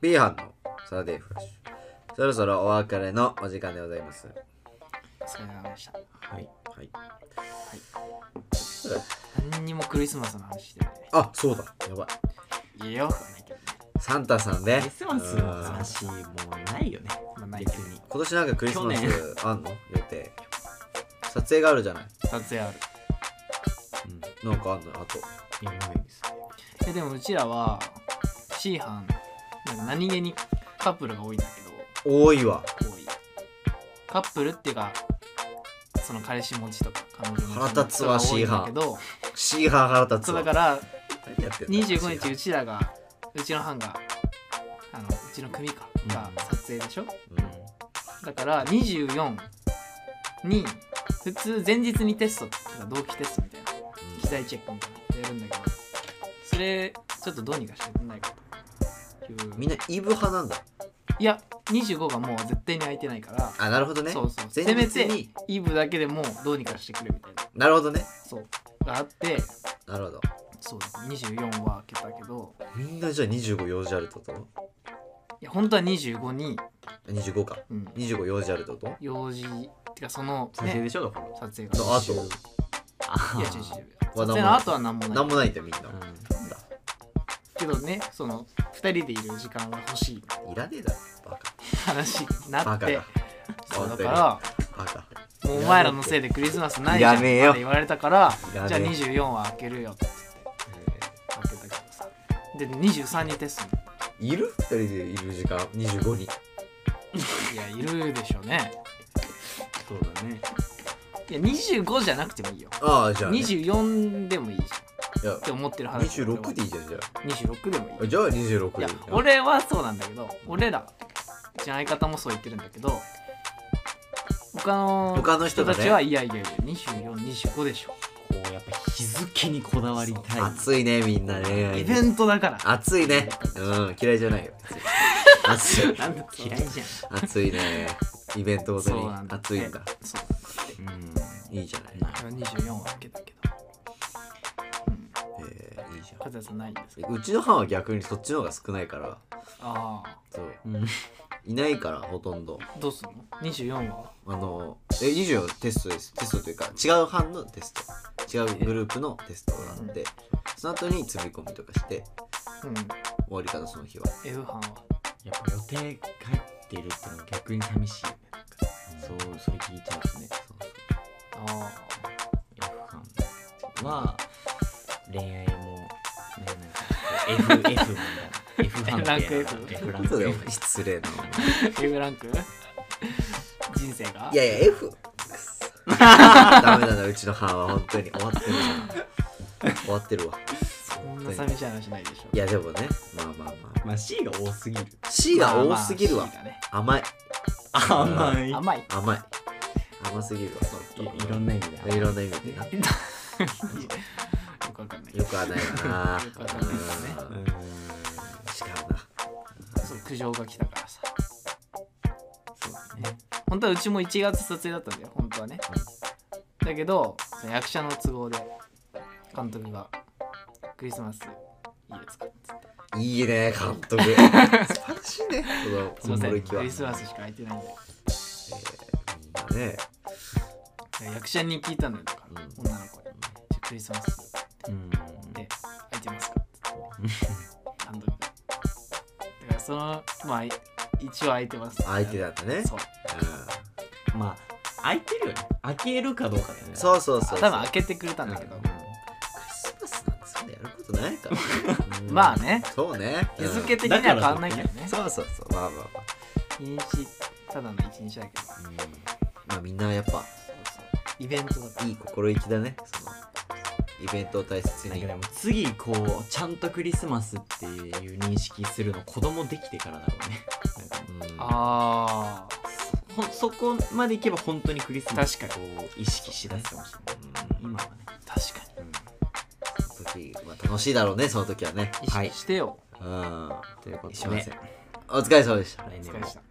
[SPEAKER 1] ビーハンのサタデーフラッシュそろそろお別れのお時間でございます
[SPEAKER 2] お疲れ様でした
[SPEAKER 3] はい
[SPEAKER 1] はい
[SPEAKER 2] 何にもクリスマスの話してないね
[SPEAKER 1] あそうだやばい
[SPEAKER 2] いやよくはないけどね
[SPEAKER 1] サンタさんね
[SPEAKER 3] クリスマスの話もうないよね
[SPEAKER 2] まあないけ
[SPEAKER 3] 別
[SPEAKER 2] ど
[SPEAKER 3] に
[SPEAKER 1] 今年なんかクリスマス
[SPEAKER 3] 去
[SPEAKER 1] あんの予定撮影があるじゃない、
[SPEAKER 2] 撮影ある
[SPEAKER 1] うん、なんかあんのあと
[SPEAKER 3] いやないです
[SPEAKER 2] えでもうちらは C 班なんか何気にカップルが多いんだけ
[SPEAKER 1] 多いわ
[SPEAKER 2] ど多いカップルっていうかその彼氏持ちとか彼女持ちの
[SPEAKER 1] 腹立つわ
[SPEAKER 2] 人が多いんだけど
[SPEAKER 1] C ー腹立つ
[SPEAKER 2] そう
[SPEAKER 1] わ
[SPEAKER 2] だから
[SPEAKER 1] 何やってんの
[SPEAKER 2] 25日
[SPEAKER 1] C
[SPEAKER 2] うちらがうちの班があのうちの組かが撮影でしょ、
[SPEAKER 1] 班
[SPEAKER 2] だから24に普通前日にテストとか同期テストみたいな
[SPEAKER 1] うん
[SPEAKER 2] 機材チェックみたいなのやるんだけどそれちょっとどうにかしてくんないかという
[SPEAKER 1] みんなイブ派なんだ
[SPEAKER 2] いや25がもう絶対に空いてないから
[SPEAKER 1] あなるほどね
[SPEAKER 2] そうそう
[SPEAKER 1] 前
[SPEAKER 2] せめ
[SPEAKER 1] 日
[SPEAKER 2] て
[SPEAKER 1] に
[SPEAKER 2] イブだけでもどうにかしてくれみたいな
[SPEAKER 1] なるほどね
[SPEAKER 2] そうがあって
[SPEAKER 1] なるほど
[SPEAKER 2] そう24は開けたけど
[SPEAKER 1] みんなじゃあ25用事あるってこと
[SPEAKER 2] いや本当は25に、
[SPEAKER 1] 25か
[SPEAKER 2] うん、
[SPEAKER 1] 25用事あるってこと
[SPEAKER 2] 用事てかその、
[SPEAKER 3] 撮影
[SPEAKER 2] ね、
[SPEAKER 3] でしょだから
[SPEAKER 2] 撮影
[SPEAKER 1] と
[SPEAKER 2] が
[SPEAKER 1] あと
[SPEAKER 2] い
[SPEAKER 3] あ
[SPEAKER 2] や違う違う違う撮
[SPEAKER 1] わ
[SPEAKER 2] 影の後は何もない
[SPEAKER 1] なんもないんだよみんな、なんだ
[SPEAKER 2] けどねその2人でいる時間が欲しい
[SPEAKER 1] いらねえだろバ
[SPEAKER 2] 話に
[SPEAKER 1] カ
[SPEAKER 2] な
[SPEAKER 1] バ
[SPEAKER 2] っ
[SPEAKER 1] カ
[SPEAKER 2] て
[SPEAKER 1] が
[SPEAKER 2] そうだか
[SPEAKER 1] バカ
[SPEAKER 2] らもうお前らのせいでクリスマスないじゃん
[SPEAKER 1] やめよ
[SPEAKER 2] って言われたから
[SPEAKER 1] い
[SPEAKER 2] じゃ
[SPEAKER 1] ら
[SPEAKER 2] あ
[SPEAKER 1] ねえ
[SPEAKER 2] 24は開けるよって開けたけどさで23にテスト
[SPEAKER 1] いる二人でいる時間25人
[SPEAKER 2] いやいるでしょうね
[SPEAKER 3] そうだね
[SPEAKER 2] いや25じゃなくてもいいよ
[SPEAKER 1] ああじゃあ、ね、
[SPEAKER 2] 24でもいいじゃんっ
[SPEAKER 1] いや
[SPEAKER 2] て思ってる話
[SPEAKER 1] 26でいいじゃんじゃ
[SPEAKER 2] 26でもいい
[SPEAKER 1] あじゃあ26
[SPEAKER 2] い
[SPEAKER 1] で
[SPEAKER 2] や俺はそうなんだけど俺らうちの相方もそう言ってるんだけど他の
[SPEAKER 1] 他の人が
[SPEAKER 2] た
[SPEAKER 1] ね
[SPEAKER 2] ちはいやいやいや2425でしょ
[SPEAKER 3] こうやっぱ日付にこだわりたい
[SPEAKER 1] 暑いねみんなね
[SPEAKER 2] イベントだから
[SPEAKER 1] 暑いねうん嫌いじゃないよ暑
[SPEAKER 2] [laughs]
[SPEAKER 1] い
[SPEAKER 2] なんだ
[SPEAKER 3] 嫌いじゃん
[SPEAKER 1] 暑いねイベントごとに
[SPEAKER 2] そうなんだ
[SPEAKER 1] 暑いんだ
[SPEAKER 2] そう
[SPEAKER 3] うん
[SPEAKER 1] いいじゃない、
[SPEAKER 3] な
[SPEAKER 2] 俺は24は開けたけどうん
[SPEAKER 1] えー、いいじゃ
[SPEAKER 2] 和也さんないんですか
[SPEAKER 1] んうちの班は逆にそっちの方が少ないから
[SPEAKER 2] ああ
[SPEAKER 1] そう
[SPEAKER 3] うん
[SPEAKER 1] いないからほとんど
[SPEAKER 2] どうすんの ?24 は
[SPEAKER 1] あのえ24テストですテストというか違う班のテスト違うグループのテストがあってその後に積み込みとかして
[SPEAKER 2] うん
[SPEAKER 1] 終わり方その日は
[SPEAKER 2] F 班は
[SPEAKER 3] やっぱ予定入ってるってのは逆に寂しいよねなんかそうそれ聞いちゃうとね
[SPEAKER 1] そうそう
[SPEAKER 2] ああ
[SPEAKER 3] F 感は恋愛もねなんか F F みたいな F 判定 [laughs] な F ラン
[SPEAKER 1] そう
[SPEAKER 3] ク
[SPEAKER 1] だよ
[SPEAKER 3] F
[SPEAKER 1] 失礼な
[SPEAKER 2] F ランク人生が
[SPEAKER 1] いやい
[SPEAKER 2] [laughs]
[SPEAKER 1] や F ダメだなうちの班は本当に終わってるな終わってるわ
[SPEAKER 2] こんな寂しい話ないでしょ
[SPEAKER 1] いやでもねまあまあま
[SPEAKER 3] まあ C が多すぎる
[SPEAKER 1] あ C が多すぎるわ、
[SPEAKER 2] まあまあ
[SPEAKER 1] 甘
[SPEAKER 2] C
[SPEAKER 1] い
[SPEAKER 3] 甘
[SPEAKER 2] がね
[SPEAKER 3] い
[SPEAKER 2] 甘い
[SPEAKER 1] 甘い甘すぎるわ本当
[SPEAKER 3] いいろんな意味で甘い
[SPEAKER 1] いろんな意味でなよ
[SPEAKER 2] [laughs] よくわかんないけど
[SPEAKER 1] くはないわな
[SPEAKER 2] よくわかんないですね
[SPEAKER 1] うん
[SPEAKER 3] う
[SPEAKER 1] 違
[SPEAKER 3] ん
[SPEAKER 1] うな
[SPEAKER 2] そう苦情が来たからさ
[SPEAKER 3] そうだね
[SPEAKER 2] 本当はうちも1月撮影だったんだよ本当はね、だけどその役者の都合で監督が「クリスマスいいですか?」っつって
[SPEAKER 1] いいね監督素晴らしいねこの
[SPEAKER 2] 「すいませ
[SPEAKER 1] この
[SPEAKER 2] ん
[SPEAKER 1] 気
[SPEAKER 2] ク
[SPEAKER 1] は
[SPEAKER 2] リスマスしか空いてないんで
[SPEAKER 1] みんなね」
[SPEAKER 2] 役者に聞いたんだよだから、
[SPEAKER 1] うん
[SPEAKER 2] 女の子にじゃあ「クリスマス
[SPEAKER 3] うん
[SPEAKER 2] で空いてますか?」って監督がだからそのまあい一応空いてます
[SPEAKER 1] 相手だったね
[SPEAKER 2] そう
[SPEAKER 3] まあ開いてるよね開けるかどうかだよね
[SPEAKER 1] うんそうそう
[SPEAKER 2] 多
[SPEAKER 1] そうそう
[SPEAKER 2] 分開けてくれたんだけど、
[SPEAKER 1] クリスマスなんてそんなやることないからうん
[SPEAKER 2] [laughs] まあね
[SPEAKER 1] そうね
[SPEAKER 2] 日付的には変わんないけど
[SPEAKER 1] う
[SPEAKER 2] ね
[SPEAKER 1] ん [laughs] そうそうそうまあまあまあ
[SPEAKER 2] 日にちただの一日だけどそう
[SPEAKER 1] うんまあみんなやっぱ
[SPEAKER 2] そうイベントだから
[SPEAKER 1] いい心意気だねそのイベントを大切
[SPEAKER 3] なん
[SPEAKER 1] に
[SPEAKER 3] かでも次こうちゃんとクリスマスっていう認識するの子供できてからだろうねなんか
[SPEAKER 1] うん
[SPEAKER 2] ああ
[SPEAKER 3] ほんそこまでいけば本当にクリスマス
[SPEAKER 2] 確か
[SPEAKER 3] にこう意識しだすかもしれない、今はね、
[SPEAKER 2] 確か
[SPEAKER 1] その時は楽しいだろうねその時はね
[SPEAKER 2] に意識してよ、
[SPEAKER 1] うん
[SPEAKER 3] ということ
[SPEAKER 1] しま
[SPEAKER 3] で
[SPEAKER 1] せんお疲れ様でした
[SPEAKER 3] 来
[SPEAKER 2] お
[SPEAKER 3] 年
[SPEAKER 2] 疲れ
[SPEAKER 3] も
[SPEAKER 2] でした